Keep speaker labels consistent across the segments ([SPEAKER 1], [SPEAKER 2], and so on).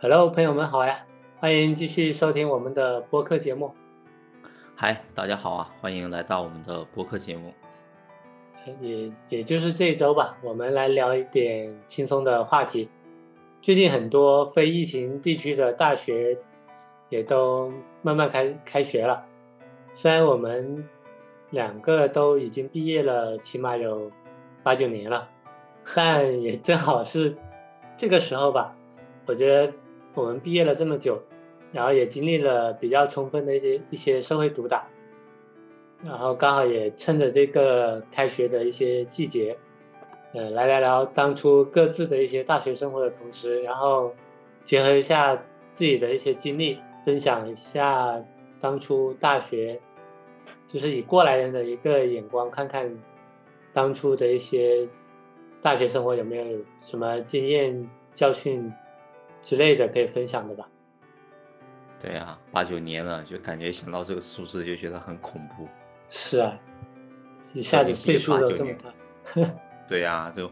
[SPEAKER 1] Hello，朋友们好呀，欢迎继续收听我们的播客节目。
[SPEAKER 2] 嗨，大家好啊，欢迎来到我们的播客节目。
[SPEAKER 1] 也也就是这一周吧，我们来聊一点轻松的话题。最近很多非疫情地区的大学也都慢慢开开学了，虽然我们两个都已经毕业了，起码有八九年了，但也正好是这个时候吧。我觉得我们毕业了这么久，然后也经历了比较充分的一些一些社会毒打，然后刚好也趁着这个开学的一些季节，呃，来聊聊当初各自的一些大学生活的同时，然后结合一下自己的一些经历，分享一下当初大学，就是以过来人的一个眼光看看当初的一些大学生活有没有什么经验教训。之类的可以分享的吧？
[SPEAKER 2] 对啊，八九年了，就感觉想到这个数字就觉得很恐怖。
[SPEAKER 1] 是啊，一下子岁数都这么大。
[SPEAKER 2] 对呀、啊，就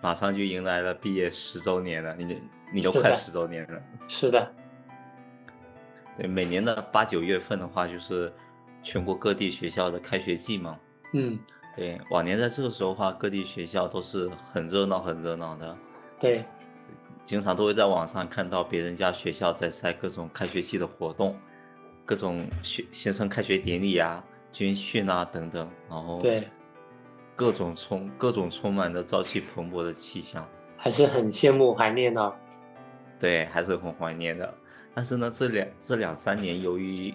[SPEAKER 2] 马上就迎来了毕业十周年了，你你都快十周年了。
[SPEAKER 1] 是的。
[SPEAKER 2] 对，每年的八九月份的话，就是全国各地学校的开学季嘛。
[SPEAKER 1] 嗯。
[SPEAKER 2] 对，往年在这个时候的话，各地学校都是很热闹、很热闹的。
[SPEAKER 1] 对。
[SPEAKER 2] 经常都会在网上看到别人家学校在晒各种开学季的活动，各种学新生开学典礼啊、军训啊等等，然后
[SPEAKER 1] 对
[SPEAKER 2] 各种充各种充满着朝气蓬勃的气象，
[SPEAKER 1] 还是很羡慕怀念的、哦。
[SPEAKER 2] 对，还是很怀念的。但是呢，这两这两三年由于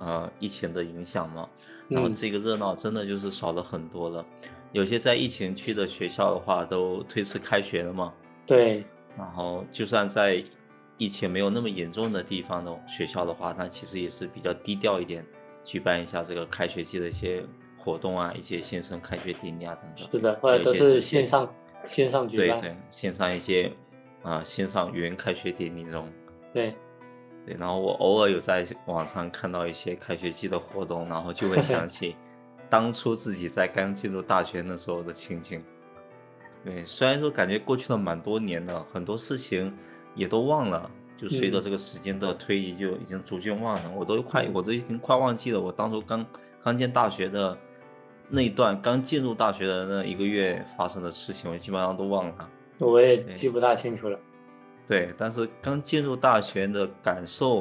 [SPEAKER 2] 呃疫情的影响嘛，
[SPEAKER 1] 嗯
[SPEAKER 2] 然后这个热闹真的就是少了很多了。嗯、有些在疫情区的学校的话，都推迟开学了嘛。
[SPEAKER 1] 对。
[SPEAKER 2] 然后，就算在疫情没有那么严重的地方的学校的话，那其实也是比较低调一点，举办一下这个开学季的一些活动啊，一些线上开学典礼啊等等。
[SPEAKER 1] 是的，或者都是线上线上举
[SPEAKER 2] 办。对对，线上一些啊、呃，线上云开学典礼这种。
[SPEAKER 1] 对
[SPEAKER 2] 对，然后我偶尔有在网上看到一些开学季的活动，然后就会想起当初自己在刚进入大学那时候的情景。对，虽然说感觉过去了蛮多年了，很多事情也都忘了，就随着这个时间的推移，就已经逐渐忘了。嗯、我都快，我都已经快忘记了我当初刚刚进大学的那一段，刚进入大学的那一个月发生的事情，我基本上都忘了。
[SPEAKER 1] 我也记不大清楚了。
[SPEAKER 2] 对，但是刚进入大学的感受，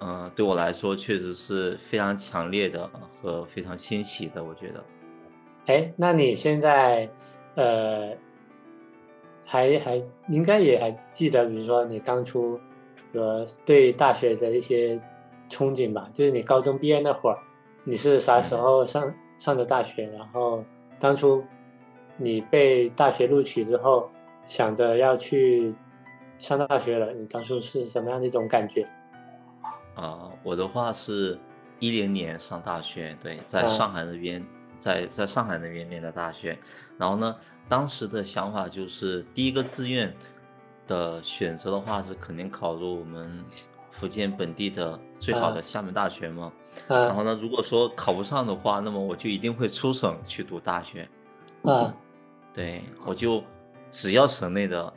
[SPEAKER 2] 嗯、呃，对我来说确实是非常强烈的和非常欣喜的，我觉得。
[SPEAKER 1] 哎，那你现在，呃，还还应该也还记得，比如说你当初，呃，对大学的一些憧憬吧？就是你高中毕业那会儿，你是啥时候上、嗯、上的大学？然后当初你被大学录取之后，想着要去上大学了，你当初是什么样的一种感觉？
[SPEAKER 2] 啊、呃，我的话是一零年上大学，对，在上海那边。嗯在在上海那边念的大学，然后呢，当时的想法就是第一个志愿的选择的话是肯定考入我们福建本地的最好的厦门大学嘛。啊
[SPEAKER 1] 嗯
[SPEAKER 2] 啊、然后呢，如果说考不上的话，那么我就一定会出省去读大学。
[SPEAKER 1] 啊，
[SPEAKER 2] 对，我就只要省内的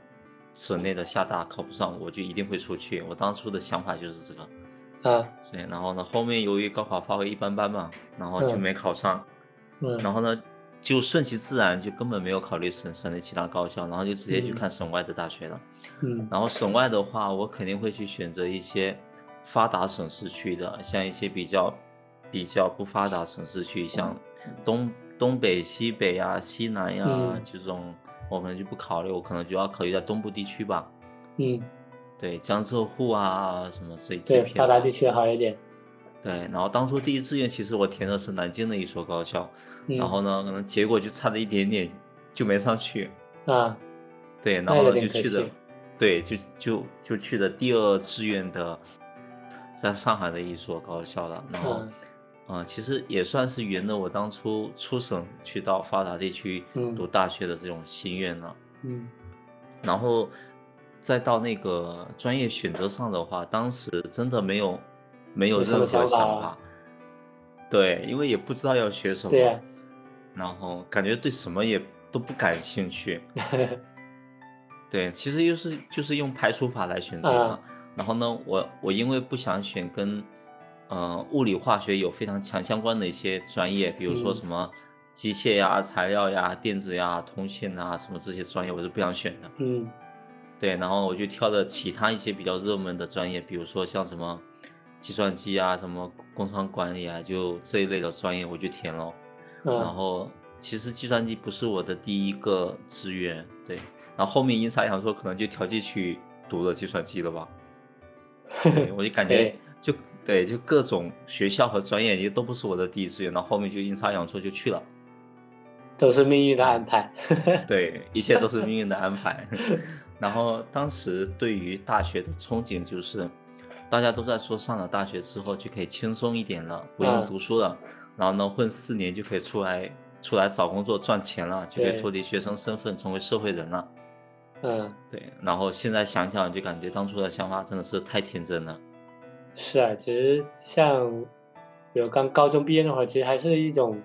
[SPEAKER 2] 省内的厦大考不上，我就一定会出去。我当初的想法就是这
[SPEAKER 1] 个。啊，
[SPEAKER 2] 对，然后呢，后面由于高考发挥一般般嘛，然后就没考上。嗯
[SPEAKER 1] 嗯、
[SPEAKER 2] 然后呢，就顺其自然，就根本没有考虑省省内其他高校，然后就直接去看省外的大学了。
[SPEAKER 1] 嗯，
[SPEAKER 2] 然后省外的话，我肯定会去选择一些发达省市区的，像一些比较比较不发达省市区，像东东北、西北呀、啊、西南呀、啊
[SPEAKER 1] 嗯、
[SPEAKER 2] 这种，我可能就不考虑，我可能就要考虑在东部地区吧。
[SPEAKER 1] 嗯，
[SPEAKER 2] 对，江浙沪啊什么这一
[SPEAKER 1] 对发达地区好一点。
[SPEAKER 2] 对，然后当初第一志愿其实我填的是南京的一所高校，嗯、然后呢，可能结果就差了一点点，就没上去。
[SPEAKER 1] 啊，
[SPEAKER 2] 对，然后就去的，对，就就就去的第二志愿的，在上海的一所高校了。然后，
[SPEAKER 1] 嗯
[SPEAKER 2] 啊、呃，其实也算是圆了我当初出省去到发达地区读大学的这种心愿了。
[SPEAKER 1] 嗯，
[SPEAKER 2] 然后再到那个专业选择上的话，当时真的没有。没有任何想
[SPEAKER 1] 法，啊、
[SPEAKER 2] 对，因为也不知道要学什么，
[SPEAKER 1] 对啊、
[SPEAKER 2] 然后感觉对什么也都不感
[SPEAKER 1] 嗯
[SPEAKER 2] 兴趣，对，其实就是就是用排除法来选择嘛。
[SPEAKER 1] 啊、
[SPEAKER 2] 然后呢，我我因为不想选跟呃物理化学有非常强相关的一些专业，比如说
[SPEAKER 1] 嗯
[SPEAKER 2] 什么机械呀、材料呀、电子呀、通信啊什么这些专业，我是不想选的。
[SPEAKER 1] 嗯
[SPEAKER 2] 对，然后我就挑了其他一些比较热门的专业，比如说像什么计算机啊、什么工商管理啊，就这一类的专业我就填了。然
[SPEAKER 1] 嗯
[SPEAKER 2] 后其实计算机不是我的第一个志愿，对。然后后面阴差阳错，可能就调剂去读了计算机了吧。对，我就感觉
[SPEAKER 1] 对
[SPEAKER 2] 就对，就各种学校和专业也都不是我的第一志愿，然后后面就阴差阳错就去了。
[SPEAKER 1] 都是命运的安排。
[SPEAKER 2] 对，一切都是命运的安排。然后当时对于大学的憧憬就是，大家都在说上了大学之后就可以轻松一点了，不用
[SPEAKER 1] 嗯
[SPEAKER 2] 读书了，然后呢混四年就可以出来出来找工作赚钱了，就可以
[SPEAKER 1] 对
[SPEAKER 2] 脱离学生身份成为社会人了。
[SPEAKER 1] 嗯，
[SPEAKER 2] 对，然后现在想想就感觉当初的想法真的是太天真了。
[SPEAKER 1] 是啊，其实像比如刚高中毕业那会儿，其实还是一种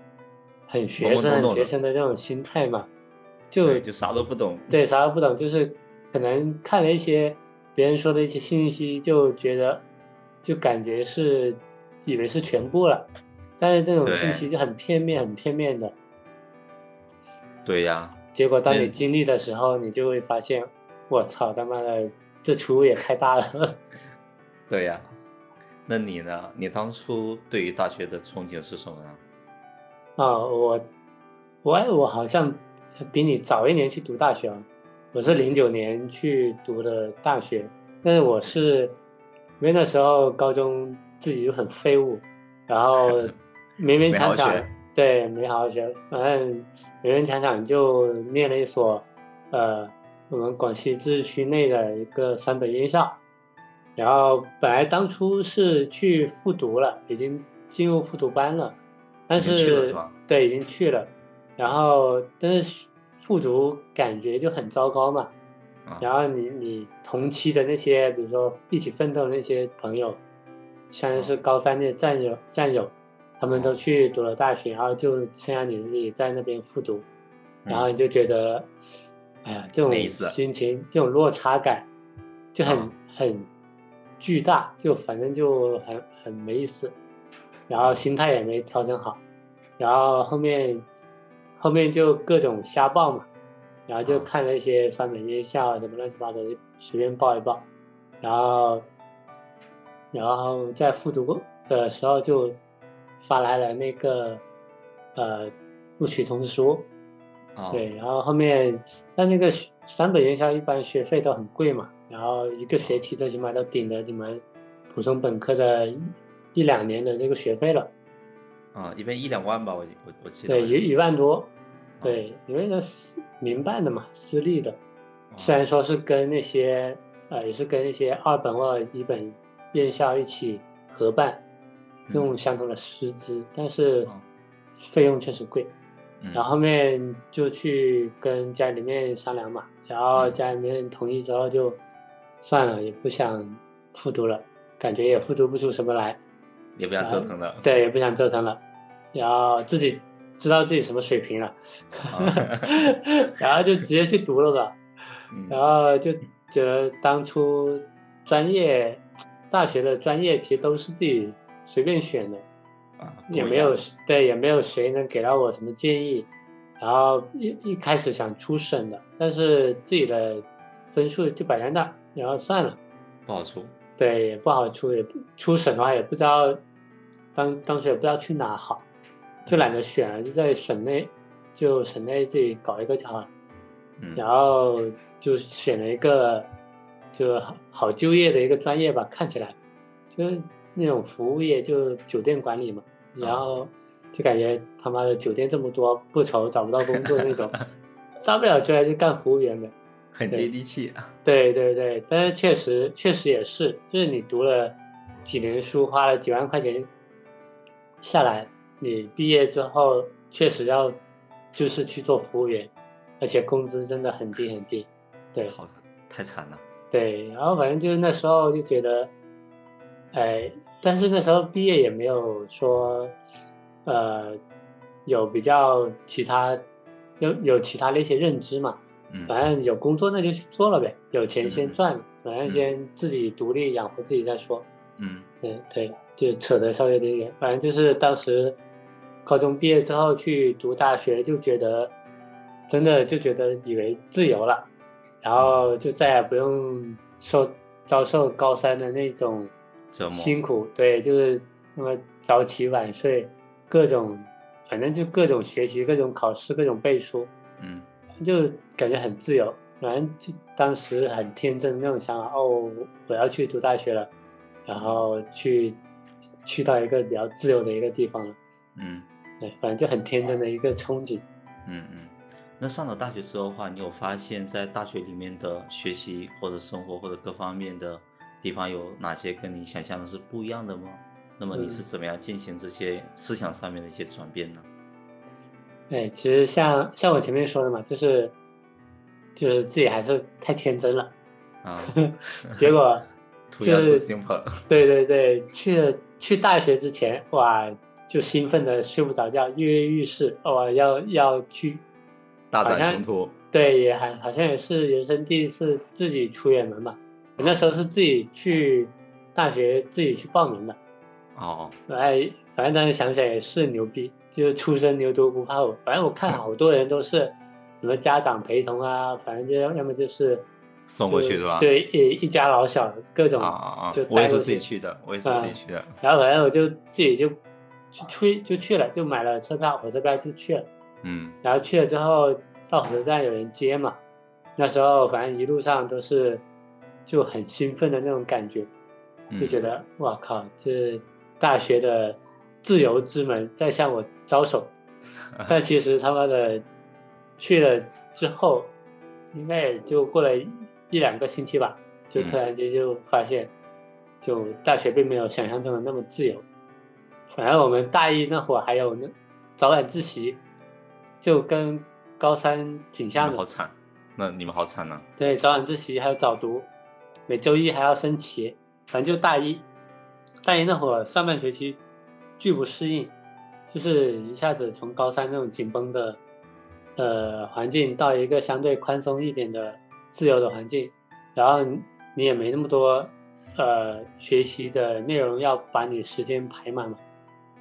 [SPEAKER 1] 很学
[SPEAKER 2] 懵
[SPEAKER 1] 生、
[SPEAKER 2] 懵懂
[SPEAKER 1] 很
[SPEAKER 2] 懂
[SPEAKER 1] 学
[SPEAKER 2] 的
[SPEAKER 1] 生的那种心态嘛，就
[SPEAKER 2] 对，就啥都不懂。
[SPEAKER 1] 对，啥都不懂，就是可能看了一些别人说的一些信息，就觉得就感觉是以为是全部了，但是这种信
[SPEAKER 2] 对
[SPEAKER 1] 息就很片面、很片面的。
[SPEAKER 2] 对呀、
[SPEAKER 1] 结果当你
[SPEAKER 2] 嗯
[SPEAKER 1] 经历的时候，你就会发现，我操他妈的，这出入也太大了。
[SPEAKER 2] 对呀、那你呢？你当初对于大学的憧憬是什么呢？
[SPEAKER 1] 啊，我我哎我好像比你早一年去读大学啊，我是零九年去读的大学，但是我是因为那时候高中自己就很废物，然 后勉勉
[SPEAKER 2] 没好
[SPEAKER 1] 强强
[SPEAKER 2] 好学
[SPEAKER 1] 对没好好学，反正勉勉强强就念了一所呃我们广西自治区内的一个三本院校，然后本来当初是去复读了，已经进入复读班了。但
[SPEAKER 2] 已经去了
[SPEAKER 1] 是
[SPEAKER 2] 是吧
[SPEAKER 1] 对已经去了，然后但是复读感觉就很糟糕嘛。
[SPEAKER 2] 啊，
[SPEAKER 1] 然后你你同期的那些，比如说一起奋斗的那些朋友，相
[SPEAKER 2] 啊
[SPEAKER 1] 当于是高三的战友战友，他们都去读了大学，然后就剩下你自己在那边复读，
[SPEAKER 2] 嗯
[SPEAKER 1] 然后你就觉得，哎呀，这种
[SPEAKER 2] 没意思啊
[SPEAKER 1] 心情这种落差感就很、
[SPEAKER 2] 啊
[SPEAKER 1] 很巨大，就反正就很很没意思，然
[SPEAKER 2] 嗯
[SPEAKER 1] 后心态也没调整好，然后后面后面就各种瞎报嘛，然后就
[SPEAKER 2] 啊
[SPEAKER 1] 看了一些三本院校啊什么乱七八糟的，随便报一报，然后然后在复读的时候就发来了那个呃录取通知书，
[SPEAKER 2] 啊，
[SPEAKER 1] 对，然后后面但那个学三本院校一般学费都很贵嘛，然后一个学期最起码都顶着你们普通本科的一一两年的这个学费了，
[SPEAKER 2] 啊，一边一两万吧，我记我我记得
[SPEAKER 1] 对，
[SPEAKER 2] 好像
[SPEAKER 1] 一一万多，对，因为那私民办的嘛，私立的，虽然
[SPEAKER 2] 啊啊
[SPEAKER 1] 说是跟那些呃，也是跟一些二本或者一本院校一起合办，
[SPEAKER 2] 嗯
[SPEAKER 1] 用相同的师资，但是
[SPEAKER 2] 哦
[SPEAKER 1] 费用确实贵。
[SPEAKER 2] 嗯
[SPEAKER 1] 然后后面就去跟家里面商量嘛，然后
[SPEAKER 2] 嗯
[SPEAKER 1] 家里面同意之后就算了，也不想复读了，感觉也复读不出什么来，
[SPEAKER 2] 嗯也不想折腾了，
[SPEAKER 1] 对，也不想折腾了，然后自己知道自己什么水平了，
[SPEAKER 2] 啊
[SPEAKER 1] 然后就直接去读了吧。
[SPEAKER 2] 嗯
[SPEAKER 1] 然后就觉得当初专业、大学的专业其实都是自己随便选的，
[SPEAKER 2] 啊
[SPEAKER 1] 也
[SPEAKER 2] 不
[SPEAKER 1] 没
[SPEAKER 2] 一样
[SPEAKER 1] 有谁对，也没有谁能给到我什么建议。然后一一开始想初审的，但是自己的分数就摆在那儿，然后算了，
[SPEAKER 2] 不好出，
[SPEAKER 1] 对，也不好出，也不初审的话也不知道，当当时也不知道去哪好，就懒得选了，就在省内，就省内自己搞一个就好了。
[SPEAKER 2] 嗯
[SPEAKER 1] 然后就选了一个就好好就业的一个专业吧，看起来就是那种服务业，就酒店管理嘛，然后就感觉他妈的酒店这么多不愁找不到工作那种，大不了出来就干服务员呗。
[SPEAKER 2] 很接地气啊，
[SPEAKER 1] 对对对，但是确实确实也是，就是你读了几年书，花了几万块钱下来，你毕业之后确实要就是去做服务员，而且工资真的很低很低。对
[SPEAKER 2] 好太惨了，
[SPEAKER 1] 对，然后反正就是那时候就觉得，哎，但是那时候毕业也没有说，呃，有比较其他有有其他的一些认知嘛，
[SPEAKER 2] 嗯
[SPEAKER 1] 反正有工作那就去做了呗，有钱
[SPEAKER 2] 嗯
[SPEAKER 1] 先
[SPEAKER 2] 嗯
[SPEAKER 1] 赚，反正先自己独立养活自己再说。
[SPEAKER 2] 嗯
[SPEAKER 1] 嗯，对，就扯得稍微有点远。反正就是当时高中毕业之后去读大学，就觉得真的就觉得以为自由了，
[SPEAKER 2] 嗯
[SPEAKER 1] 然后就再也不用受遭受高三的那种
[SPEAKER 2] 折磨
[SPEAKER 1] 辛苦，对，就是那么早起晚睡，各种反正就各种学习、各种考试、各种背书，
[SPEAKER 2] 嗯
[SPEAKER 1] 就感觉很自由。反正就当时很天真那种想法，哦，我要去读大学了，然后去去到一个比较自由的一个地方了。
[SPEAKER 2] 嗯
[SPEAKER 1] 对，反正就很天真的一个憧憬。
[SPEAKER 2] 嗯嗯。那上了大学之后的话，你有发现，在大学里面的学习或者生活或者各方面的地方有哪些跟你想象的是不一样的吗？那么你
[SPEAKER 1] 嗯
[SPEAKER 2] 是怎么样进行这些思想上面的一些转变呢？
[SPEAKER 1] 哎，其实像像我前面说的嘛，就是就是自己还是太天真了，
[SPEAKER 2] 啊
[SPEAKER 1] 结果
[SPEAKER 2] ，too
[SPEAKER 1] 就
[SPEAKER 2] young too
[SPEAKER 1] 是
[SPEAKER 2] simple。
[SPEAKER 1] 对对对，去了去大学之前，哇，就兴奋的睡不着觉，跃跃欲试，哇，要要去，
[SPEAKER 2] 大
[SPEAKER 1] 好
[SPEAKER 2] 展
[SPEAKER 1] 像
[SPEAKER 2] 宏图。
[SPEAKER 1] 对，也还好像也是人生第一次自己出远门嘛。我那时候是自己去大学自己去报名的，
[SPEAKER 2] 哦，
[SPEAKER 1] 哎，反正当时想想也是牛逼，就是初生牛犊不怕虎。反正我看好多人都是什么家长陪同啊，反正就要要么就是
[SPEAKER 2] 送过
[SPEAKER 1] 就
[SPEAKER 2] 去是吧
[SPEAKER 1] 对，一一家老小各种
[SPEAKER 2] 啊啊啊
[SPEAKER 1] 就！
[SPEAKER 2] 我
[SPEAKER 1] 带
[SPEAKER 2] 也是
[SPEAKER 1] 过
[SPEAKER 2] 自己
[SPEAKER 1] 去啊
[SPEAKER 2] 去的，我也是自己去的。
[SPEAKER 1] 然后反正我就自己就去去就去了，就买了车票，火车票就去了。
[SPEAKER 2] 嗯
[SPEAKER 1] 然后去了之后，到火车站有人接嘛，那时候反正一路上都是就很兴奋的那种感觉，就
[SPEAKER 2] 嗯
[SPEAKER 1] 觉得哇靠，这大学的自由之门在向我招 手。但其实他妈的去了之后，应该也就过了一一两个星期吧，就突
[SPEAKER 2] 嗯
[SPEAKER 1] 然间就发现，就大学并没有想象中的那么自由。反正我们大一那会儿还有那早晚自习，就跟高三挺
[SPEAKER 2] 你
[SPEAKER 1] 像
[SPEAKER 2] 们
[SPEAKER 1] 的
[SPEAKER 2] 好。惨，那你们好惨呐、
[SPEAKER 1] 对，早晚自习还有早读，每周一还要升旗，反正就大一，大一那会儿上半学期巨不适应，就是一下子从高三那种紧绷的呃环境到一个相对宽松一点的自由的环境，然后你也没那么多呃学习的内容要把你时间排满嘛，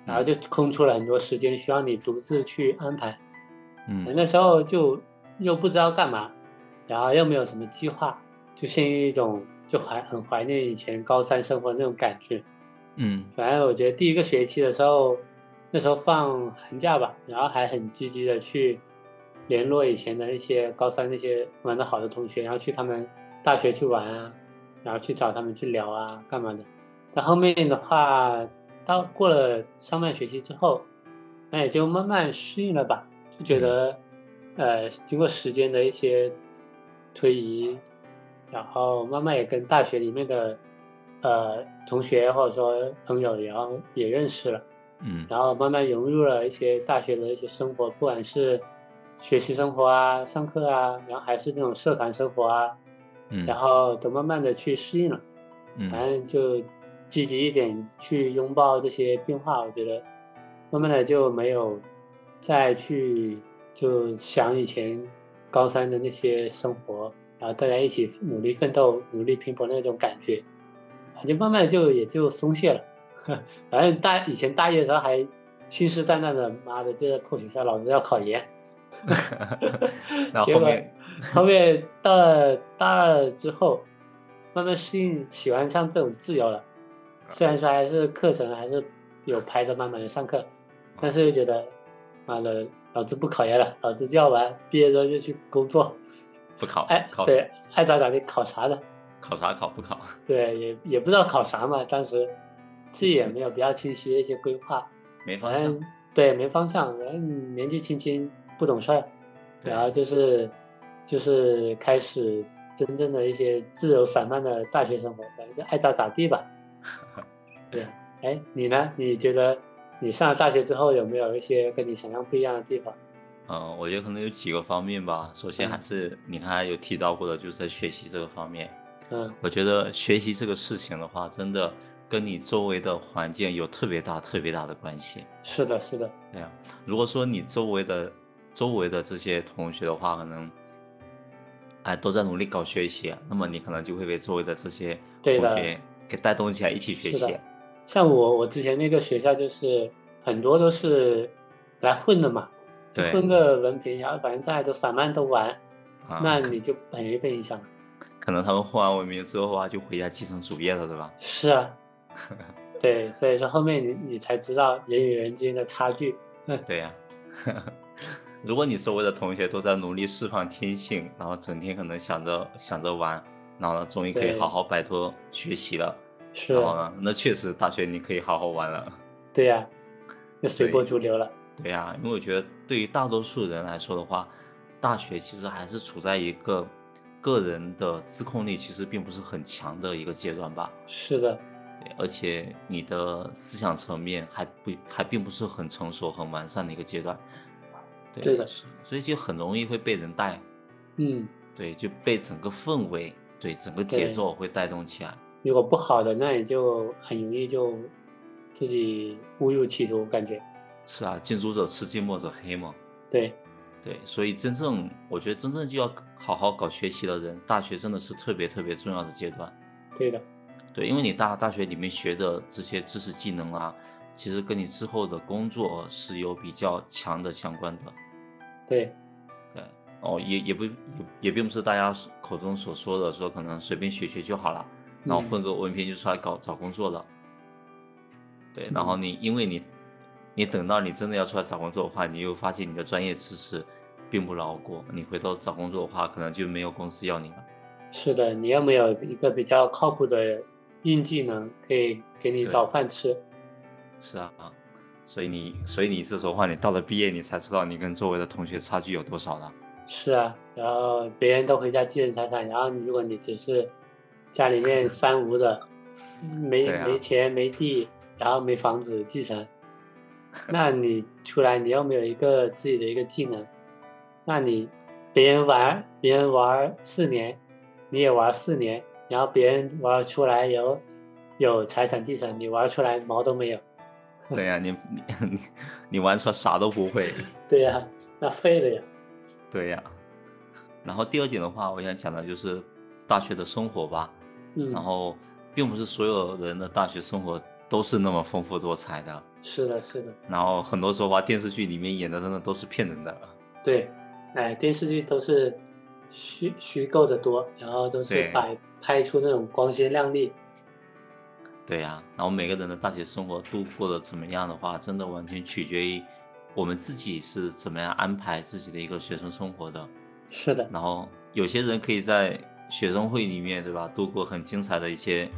[SPEAKER 1] 然后就空出了很多时间需要你独自去安排。
[SPEAKER 2] 嗯
[SPEAKER 1] 那时候就又不知道干嘛，然后又没有什么计划，就陷于一种就怀很怀念以前高三生活那种感觉。
[SPEAKER 2] 嗯
[SPEAKER 1] 反正我觉得第一个学期的时候，那时候放寒假吧，然后还很积极的去联络以前的一些高三那些玩的好的同学，然后去他们大学去玩啊，然后去找他们去聊啊，干嘛的。但后面的话，到过了上半学期之后，那也就慢慢适应了吧，就觉得，呃，经过时间的一些推移，然后慢慢也跟大学里面的呃同学或者说朋友，然后也认识了，
[SPEAKER 2] 嗯
[SPEAKER 1] 然后慢慢融入了一些大学的一些生活，不管是学习生活啊、上课啊，然后还是那种社团生活啊，
[SPEAKER 2] 嗯，
[SPEAKER 1] 然后都慢慢的去适应了。反
[SPEAKER 2] 嗯
[SPEAKER 1] 正就积极一点去拥抱这些变化，我觉得慢慢的就没有再去就想以前高三的那些生活，然后大家一起努力奋斗、努力拼搏那种感觉，啊就慢慢地就也就松懈了。 反正大以前大一的时候还信誓旦旦的，妈的，这个破学校老子要考研，
[SPEAKER 2] 然后
[SPEAKER 1] 结
[SPEAKER 2] 后
[SPEAKER 1] 果
[SPEAKER 2] 面
[SPEAKER 1] 后面到了大二之后，慢慢适应，喜欢上这种自由了。
[SPEAKER 2] 啊
[SPEAKER 1] 虽然说还是课程还是有排着满满的上
[SPEAKER 2] 啊
[SPEAKER 1] 课，但是又觉得，妈的，老子不考研了，老子就要玩，毕业之后就去工作，
[SPEAKER 2] 不考，
[SPEAKER 1] 爱
[SPEAKER 2] 哦考
[SPEAKER 1] 哎对爱咋咋地考啥的，
[SPEAKER 2] 考啥考不考？
[SPEAKER 1] 对也也不知道考啥嘛，当时自己也
[SPEAKER 2] 嗯
[SPEAKER 1] 没有比较清晰的一些规划，
[SPEAKER 2] 没方
[SPEAKER 1] 反
[SPEAKER 2] 向
[SPEAKER 1] 正。哎对没方向，反正年纪轻轻不懂事儿，
[SPEAKER 2] 对
[SPEAKER 1] 然后就是就是开始真正的一些自由散漫的大学生活，反正就爱咋咋地 吧。对，哎，你呢？你觉得你上了大学之后有没有一些跟你想象不一样的地方？
[SPEAKER 2] 嗯，我觉得可能有几个方面吧。首先
[SPEAKER 1] 嗯
[SPEAKER 2] 还是你刚才有提到过的，就是在学习这个方面，
[SPEAKER 1] 嗯
[SPEAKER 2] 我觉得学习这个事情的话，真的跟你周围的环境有特别大、特别大的关系。
[SPEAKER 1] 是的，是的，
[SPEAKER 2] 对呀，如果说你周围的周围的这些同学的话，可能哎都在努力搞学习，啊那么你可能就会被周围的这些
[SPEAKER 1] 对
[SPEAKER 2] 同
[SPEAKER 1] 的
[SPEAKER 2] 学给带动起来一起学
[SPEAKER 1] 是的
[SPEAKER 2] 习。
[SPEAKER 1] 像我我之前那个学校就是很多都是来混的嘛，就
[SPEAKER 2] 对
[SPEAKER 1] 混个文凭，然后反正大家都散漫都玩，
[SPEAKER 2] 啊，
[SPEAKER 1] 那你就很容易被影响。
[SPEAKER 2] 可能他们混完文凭之后啊，就回家继承主业了，对吧？
[SPEAKER 1] 是 啊，对，所以说后面你你才知道人与人之间的差距。
[SPEAKER 2] 对呀、 如果你周围的同学都在努力释放天性，然后整天可能想着想着玩，然后呢，终于可以
[SPEAKER 1] 对
[SPEAKER 2] 好好摆脱学习了，
[SPEAKER 1] 是
[SPEAKER 2] 然后
[SPEAKER 1] 啊，
[SPEAKER 2] 呢，那确实大学你可以好好玩了。
[SPEAKER 1] 对呀、那随
[SPEAKER 2] 对
[SPEAKER 1] 波逐流了。
[SPEAKER 2] 对呀、因为我觉得对于大多数人来说的话，大学其实还是处在一个个人的自控力其实并不是很强的一个阶段吧。
[SPEAKER 1] 是的，
[SPEAKER 2] 对而且你的思想层面还不还并不是很成熟、很完善的一个阶段。对
[SPEAKER 1] 对的
[SPEAKER 2] 所所以就很容易会被人带，
[SPEAKER 1] 嗯，
[SPEAKER 2] 对，就被整个氛围、对整个节
[SPEAKER 1] 对
[SPEAKER 2] 奏会带动起来。
[SPEAKER 1] 如果不好的，那你就很容易就自己误入歧途，感觉
[SPEAKER 2] 是啊，近朱者赤，近墨者黑嘛。
[SPEAKER 1] 对，
[SPEAKER 2] 对，所以真正我觉得真正就要好好搞学习的人，大学真的是特别特别重要的阶段。
[SPEAKER 1] 对的，
[SPEAKER 2] 对，因为你大大学里面学的这些知识技能啊，其实跟你之后的工作是有比较强的相关的。
[SPEAKER 1] 对，
[SPEAKER 2] 对，哦，也也不也也并不是大家所口中所说的说可能随便学学就好了，然后
[SPEAKER 1] 嗯
[SPEAKER 2] 混个文凭就出来搞找工作了。对，然后你因为你你等到你真的要出来找工作的话，你又发现你的专业知识并不牢固，你回头找工作的话，可能就没有公司要你了。
[SPEAKER 1] 是的，你要没有一个比较靠谱的硬技能，可以给你
[SPEAKER 2] 对
[SPEAKER 1] 找饭吃。
[SPEAKER 2] 是啊，所以你所以你这时候的话，你到了毕业，你才知道你跟周围的同学差距有多少了。
[SPEAKER 1] 是啊，然后别人都回家继承财产，然后如果你只是家里面三无的，没、
[SPEAKER 2] 嗯对啊
[SPEAKER 1] 没钱没地，然后没房子继承，那你出来你又没有一个自己的一个技能，那你别人玩别人玩四年，你也玩四年，然后别人玩出来有有财产继承，你玩出来毛都没有，
[SPEAKER 2] 对呀、你你你 你玩出来啥都不会。
[SPEAKER 1] 对呀、那废了呀，
[SPEAKER 2] 对呀、然后第二点的话，我想讲的就是大学的生活吧。
[SPEAKER 1] 嗯，
[SPEAKER 2] 然后，并不是所有人的大学生活都是那么丰富多彩的。
[SPEAKER 1] 是的，是的。
[SPEAKER 2] 然后很多时候吧，电视剧里面演的真的都是骗人的。
[SPEAKER 1] 对，哎，电视剧都是虚虚构的多，然后都是
[SPEAKER 2] 对
[SPEAKER 1] 摆拍出那种光鲜亮丽。
[SPEAKER 2] 对呀、然后每个人的大学生活度过得怎么样的话，真的完全取决于我们自己是怎么样安排自己的一个学生生活的。
[SPEAKER 1] 是的，
[SPEAKER 2] 然后有些人可以在学生会里面，对吧，度过很精彩的一些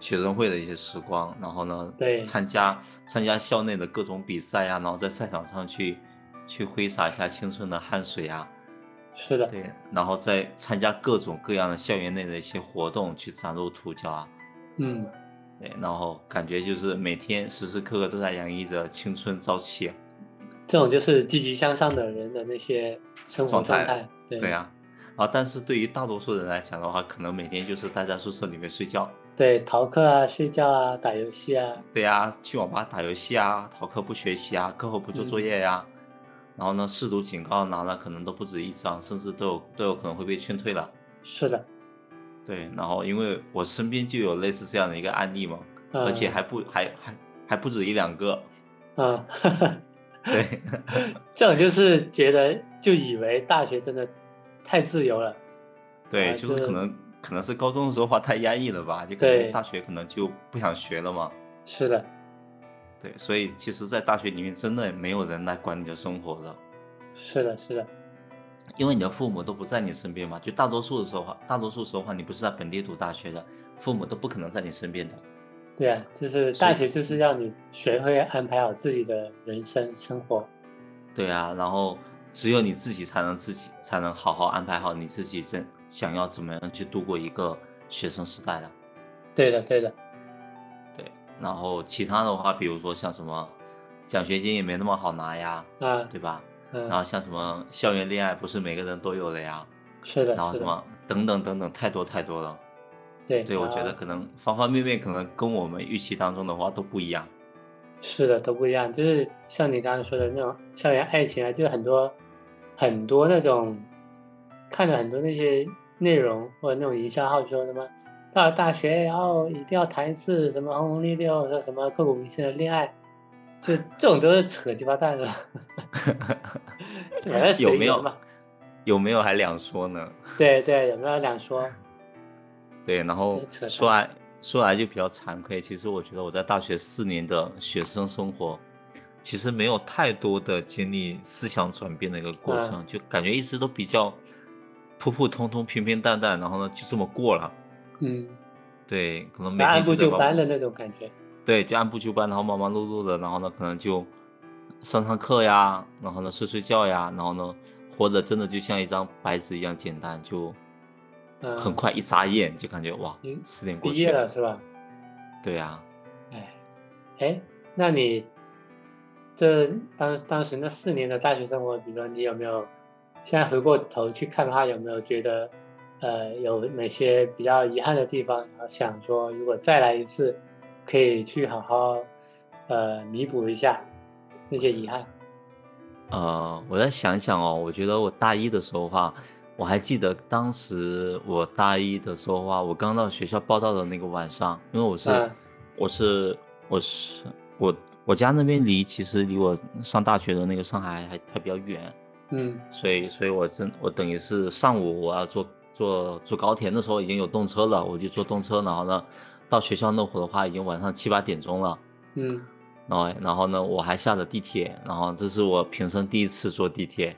[SPEAKER 2] 学生会的一些时光。然后呢，
[SPEAKER 1] 对
[SPEAKER 2] 参加参加校内的各种比赛啊，然后在赛场上去去挥洒一下青春的汗水啊，
[SPEAKER 1] 是的，
[SPEAKER 2] 对，然后再参加各种各样的校园内的一些活动，去崭露头角啊。
[SPEAKER 1] 嗯，
[SPEAKER 2] 对，然后感觉就是每天时时刻刻都在洋溢着青春朝气啊。
[SPEAKER 1] 这种就是积极向上的人的那些生活
[SPEAKER 2] 状
[SPEAKER 1] 状
[SPEAKER 2] 态
[SPEAKER 1] 态。对
[SPEAKER 2] 对呀、啊，啊，但是对于大多数人来讲的话，可能每天就是待在宿舍里面睡觉，
[SPEAKER 1] 对，逃课啊、睡觉啊、打游戏啊，
[SPEAKER 2] 对呀、去网吧打游戏啊，逃课不学习啊，课后不做
[SPEAKER 1] 嗯
[SPEAKER 2] 作业呀、然后呢，试读警告拿了可能都不止一张，甚至都有都有可能会被劝退了。
[SPEAKER 1] 是的，
[SPEAKER 2] 对，然后因为我身边就有类似这样的一个案例嘛，
[SPEAKER 1] 嗯、
[SPEAKER 2] 而且还不还还还不止一两个。
[SPEAKER 1] 嗯，
[SPEAKER 2] 对，
[SPEAKER 1] 这种就是觉得就以为大学真的太自由了，
[SPEAKER 2] 对，
[SPEAKER 1] 啊
[SPEAKER 2] 就是
[SPEAKER 1] 这
[SPEAKER 2] 可能可能是高中的时候话太压抑了吧，就感觉
[SPEAKER 1] 对
[SPEAKER 2] 大学可能就不想学了嘛。
[SPEAKER 1] 是的，
[SPEAKER 2] 对，所以其实，在大学里面真的没有人来管你的生活了。
[SPEAKER 1] 是的，是的，
[SPEAKER 2] 因为你的父母都不在你身边嘛，就大多数的时候话，大多数时候话，你不是在本地读大学的，父母都不可能在你身边的。
[SPEAKER 1] 对啊，就是大学
[SPEAKER 2] 嗯
[SPEAKER 1] 就是让你学会安排好自己的人生生活。
[SPEAKER 2] 对啊，然后只有你自己才能自己才能好好安排好你自己真想要怎么样去度过一个学生时代的。
[SPEAKER 1] 对的，对的，
[SPEAKER 2] 对，然后其他的话，比如说像什么奖学金也没那么好拿呀，
[SPEAKER 1] 啊，
[SPEAKER 2] 对吧？然
[SPEAKER 1] 嗯，
[SPEAKER 2] 后像什么校园恋爱不是每个人都有的呀，
[SPEAKER 1] 是的，
[SPEAKER 2] 然后
[SPEAKER 1] 是
[SPEAKER 2] 什
[SPEAKER 1] 的，
[SPEAKER 2] 么等等等等，太多太多了。
[SPEAKER 1] 对，
[SPEAKER 2] 对，我觉得
[SPEAKER 1] 啊
[SPEAKER 2] 可能方方面面可能跟我们预期当中的话都不一样。
[SPEAKER 1] 是的，都不一样。就是像你刚刚说的那种校园爱情啊，就是很多很多那种看了很多那些内容或者那种营销号说什么到了大学然后一定要谈一次什么轰轰烈烈或者什么刻骨铭心的恋爱，就这种都是扯鸡巴蛋了。 就反正
[SPEAKER 2] 有
[SPEAKER 1] 随
[SPEAKER 2] 没
[SPEAKER 1] 缘
[SPEAKER 2] 有
[SPEAKER 1] 嘛。
[SPEAKER 2] 有没有还两说呢？
[SPEAKER 1] 对对，有没有两说？
[SPEAKER 2] 对，然后
[SPEAKER 1] 真扯淡
[SPEAKER 2] 说来说来就比较惭愧，其实我觉得我在大学四年的学生生活，其实没有太多的经历思想转变的一个过
[SPEAKER 1] 嗯
[SPEAKER 2] 程，就感觉一直都比较普普通通、平平淡淡，然后呢就这么过了。
[SPEAKER 1] 嗯，
[SPEAKER 2] 对，可能每天
[SPEAKER 1] 按部
[SPEAKER 2] 在
[SPEAKER 1] 就
[SPEAKER 2] 忙
[SPEAKER 1] 班的那种感觉。
[SPEAKER 2] 对，就按部就班，然后忙忙碌碌的，然后呢，可能就上上课呀，然后呢睡睡觉呀，然后呢，活着真的就像一张白纸一样简单，就
[SPEAKER 1] 嗯，
[SPEAKER 2] 很快一眨眼就感觉哇
[SPEAKER 1] 你，
[SPEAKER 2] 四年
[SPEAKER 1] 嗯
[SPEAKER 2] 过
[SPEAKER 1] 毕
[SPEAKER 2] 去
[SPEAKER 1] 业了是吧？
[SPEAKER 2] 对啊呀、
[SPEAKER 1] 哎，哎，那你这当当时那四年的大学生活，比如说你有没有现在回过头去看的话，有没有觉得呃有哪些比较遗憾的地方？然后想说如果再来一次，可以去好好呃弥补一下那些遗憾。
[SPEAKER 2] 呃，我再想一想哦，我觉得我大一的时候的话，我还记得当时我大一的时候的话，我刚到学校报到的那个晚上，因为我是、
[SPEAKER 1] 嗯
[SPEAKER 2] 我是我是我我家那边离其实离我上大学的那个上海还还比较远，
[SPEAKER 1] 嗯
[SPEAKER 2] 所以所以我真我等于是上午我要坐坐坐高铁，那时候已经有动车了，我就坐动车，然后呢到学校那会儿的话，已经晚上七八点钟了。
[SPEAKER 1] 嗯，
[SPEAKER 2] 然后哎然后呢，我还下了地铁，然后这是我平生第一次坐地铁，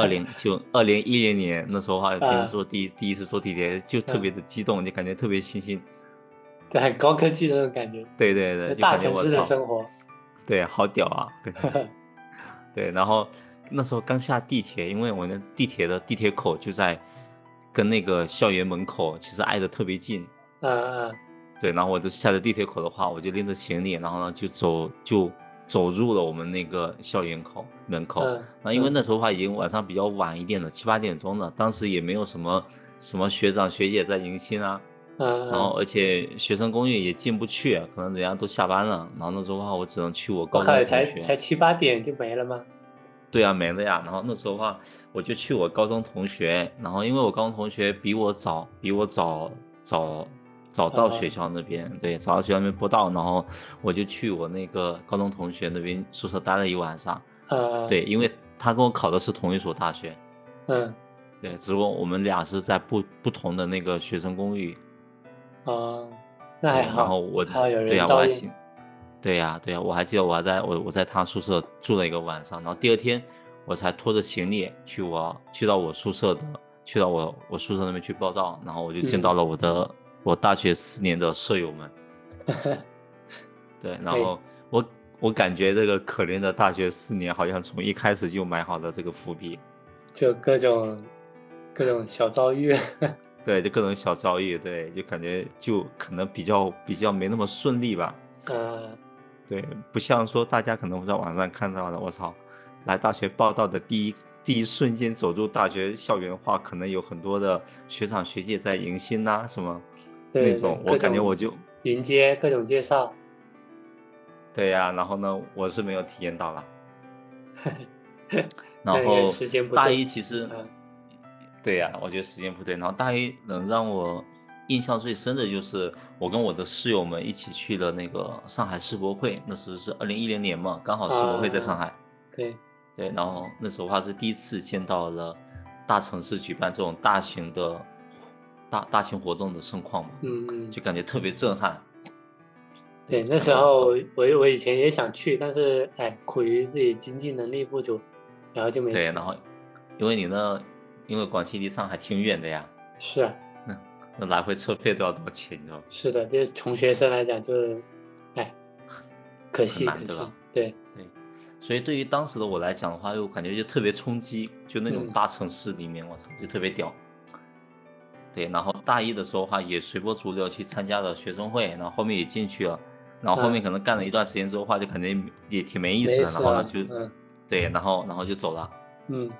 [SPEAKER 2] 二零就二零一零年那时候啊，平
[SPEAKER 1] 啊
[SPEAKER 2] 时坐第、第一次坐地铁就特别
[SPEAKER 1] 嗯
[SPEAKER 2] 的激动，就感觉特别新鲜。
[SPEAKER 1] 对，很高科技的那种感觉，
[SPEAKER 2] 对对对，
[SPEAKER 1] 就
[SPEAKER 2] 就
[SPEAKER 1] 大
[SPEAKER 2] 感觉
[SPEAKER 1] 城
[SPEAKER 2] 我
[SPEAKER 1] 市的
[SPEAKER 2] 操
[SPEAKER 1] 生活。
[SPEAKER 2] 对，好屌啊！对 对，然后那时候刚下地铁，因为我那地铁的地铁口就在跟那个校园门口其实挨得特别近。
[SPEAKER 1] 嗯嗯
[SPEAKER 2] 对，然后我就下了地铁口的话，我就拎着行李，然后呢就走就走入了我们那个校园口门口。
[SPEAKER 1] 嗯，
[SPEAKER 2] 那因为
[SPEAKER 1] 嗯
[SPEAKER 2] 那时候的话已经晚上比较晚一点了，七八点钟了，当时也没有什么什么学长学姐在迎新啊，
[SPEAKER 1] 嗯
[SPEAKER 2] 然后
[SPEAKER 1] 嗯，
[SPEAKER 2] 而且学生公寓也进不去，啊可能人家都下班了。然后那时候的话，我只能去我高
[SPEAKER 1] 我
[SPEAKER 2] 中的
[SPEAKER 1] 靠，哦
[SPEAKER 2] 同
[SPEAKER 1] 才
[SPEAKER 2] 学。
[SPEAKER 1] 才七八点就没了吗？
[SPEAKER 2] 对啊，没了呀。然后那时候的话，我就去我高中同学，然后因为我高中同学比我早，比我早早早到
[SPEAKER 1] 啊
[SPEAKER 2] 学校那边，对，早到学校那边不到，然后我就去我那个高中同学那边宿舍待了一晚上。
[SPEAKER 1] 嗯，嗯
[SPEAKER 2] 对，，因为他跟我考的是同一所大学，
[SPEAKER 1] 嗯。
[SPEAKER 2] 对，只不过我们俩是在不不同的那个学生公寓。
[SPEAKER 1] 哦，那还
[SPEAKER 2] 对
[SPEAKER 1] 好，
[SPEAKER 2] 然后我，
[SPEAKER 1] 还好有
[SPEAKER 2] 对
[SPEAKER 1] 人
[SPEAKER 2] 呀、我
[SPEAKER 1] 照
[SPEAKER 2] 还
[SPEAKER 1] 应
[SPEAKER 2] 记，，对呀、对呀、我还记得我还在我我在他宿舍住了一个晚上，然后第二天我才拖着行李去我去到我宿舍的，去到我我宿舍那边去报道，然后我就见到
[SPEAKER 1] 嗯
[SPEAKER 2] 了我的、我大学四年的舍友 们，对，然
[SPEAKER 1] 对
[SPEAKER 2] 后我我感觉这个可怜的大学四年好像从一开始就埋好了这个伏笔，
[SPEAKER 1] 就各种各种小遭遇，
[SPEAKER 2] 对，就各种小遭遇，对，就感觉就可能比较比较没那么顺利吧。
[SPEAKER 1] 嗯
[SPEAKER 2] 对，不像说大家可能会在网上看到的，我操，来大学报道的第一第一瞬间走入大学校园的话，可能有很多的学长学姐在迎新呐、什么
[SPEAKER 1] 对
[SPEAKER 2] 那种，
[SPEAKER 1] 各
[SPEAKER 2] 我感觉
[SPEAKER 1] 种
[SPEAKER 2] 我就
[SPEAKER 1] 迎接各种介绍，
[SPEAKER 2] 对呀、然后呢，我是没有体验 到了。
[SPEAKER 1] 但
[SPEAKER 2] 然
[SPEAKER 1] 也
[SPEAKER 2] 后
[SPEAKER 1] 时间不
[SPEAKER 2] 大
[SPEAKER 1] 对
[SPEAKER 2] 一其实
[SPEAKER 1] 嗯，
[SPEAKER 2] 对呀、我觉得时间不对。然后大一能让我印象最深的就是我跟我的室友们一起去了那个上海世博会，那时候是二零一零年嘛，刚好世博会在上
[SPEAKER 1] 啊
[SPEAKER 2] 海。
[SPEAKER 1] 对，
[SPEAKER 2] 对，然后那时候的话是第一次见到了大城市举办这种大型的大大型活动的盛况嘛，
[SPEAKER 1] 嗯嗯，
[SPEAKER 2] 就感觉特别震撼。
[SPEAKER 1] 对，
[SPEAKER 2] 就
[SPEAKER 1] 那
[SPEAKER 2] 感
[SPEAKER 1] 时
[SPEAKER 2] 觉
[SPEAKER 1] 候我我以前也想去，但是哎，苦于自己经济能力不足，然后就没
[SPEAKER 2] 对，
[SPEAKER 1] 去。
[SPEAKER 2] 然后因为你那，因为广西离上海挺远的呀，
[SPEAKER 1] 是啊
[SPEAKER 2] 那来回车费都要多少钱，你知道吗？
[SPEAKER 1] 是的，就是穷学生来讲，就是哎，可惜
[SPEAKER 2] 难
[SPEAKER 1] 可
[SPEAKER 2] 对
[SPEAKER 1] 惜
[SPEAKER 2] 吧，
[SPEAKER 1] 对，
[SPEAKER 2] 所以对于当时的我来讲的话，我感觉就特别冲击，就那种
[SPEAKER 1] 嗯
[SPEAKER 2] 大城市里面，我操，就特别屌。对，然后大一的时候的话，也随波逐流去参加了学生会，然后后面也进去了，然后后面可能干了一段时间之后的话，就感觉也挺没意
[SPEAKER 1] 嗯
[SPEAKER 2] 思
[SPEAKER 1] 没
[SPEAKER 2] 的，然后呢
[SPEAKER 1] 了，
[SPEAKER 2] 就、
[SPEAKER 1] 嗯
[SPEAKER 2] 对，然后然后就走了。
[SPEAKER 1] 嗯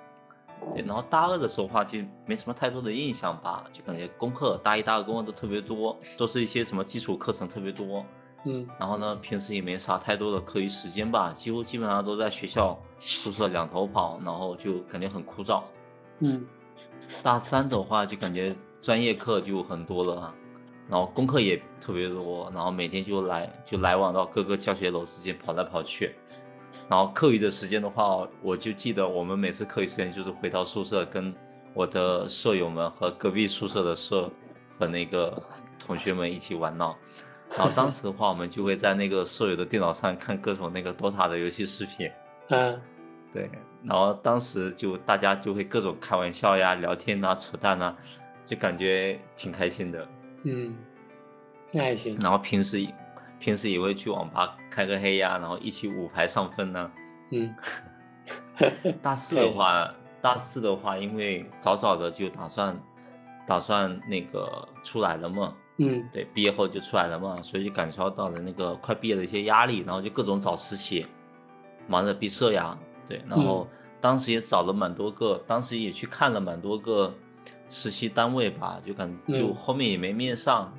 [SPEAKER 2] 对，然后大二的时候的话，其实没什么太多的印象吧，就感觉功课大一、大二功课都特别多，都是一些什么基础课程特别多，
[SPEAKER 1] 嗯
[SPEAKER 2] 然后呢，平时也没啥太多的课余时间吧，几乎基本上都在学校宿舍两头跑，然后就感觉很枯燥。
[SPEAKER 1] 嗯
[SPEAKER 2] 大三的话就感觉专业课就很多了啊，然后功课也特别多，然后每天就来就来往到各个教学楼之间跑来跑去，然后课余的时间的话，我就记得我们每次课余时间就是回到宿舍跟我的舍友们和隔壁宿舍的舍和那个同学们一起玩闹。然后当时的话，我们就会在那个舍友的电脑上看各种那个 DOTA 的游戏视频，
[SPEAKER 1] 嗯，
[SPEAKER 2] 对，然后当时就大家就会各种开玩笑呀、聊天呐、扯淡呐、就感觉挺开心的。
[SPEAKER 1] 嗯，那还行。
[SPEAKER 2] 然后平时平时也会去网吧开个黑呀，然后一起五排上分呢。
[SPEAKER 1] 嗯，
[SPEAKER 2] 大四的话，大四的话，因为早早的就打算打算那个出来了嘛，
[SPEAKER 1] 嗯
[SPEAKER 2] 对，毕业后就出来了嘛，所以就感受到了那个快毕业的一些压力，然后就各种找实习，忙着毕设呀，对，然后
[SPEAKER 1] 嗯
[SPEAKER 2] 当时也找了蛮多个，当时也去看了蛮多个实习单位吧，就感
[SPEAKER 1] 嗯
[SPEAKER 2] 就后面也没面上，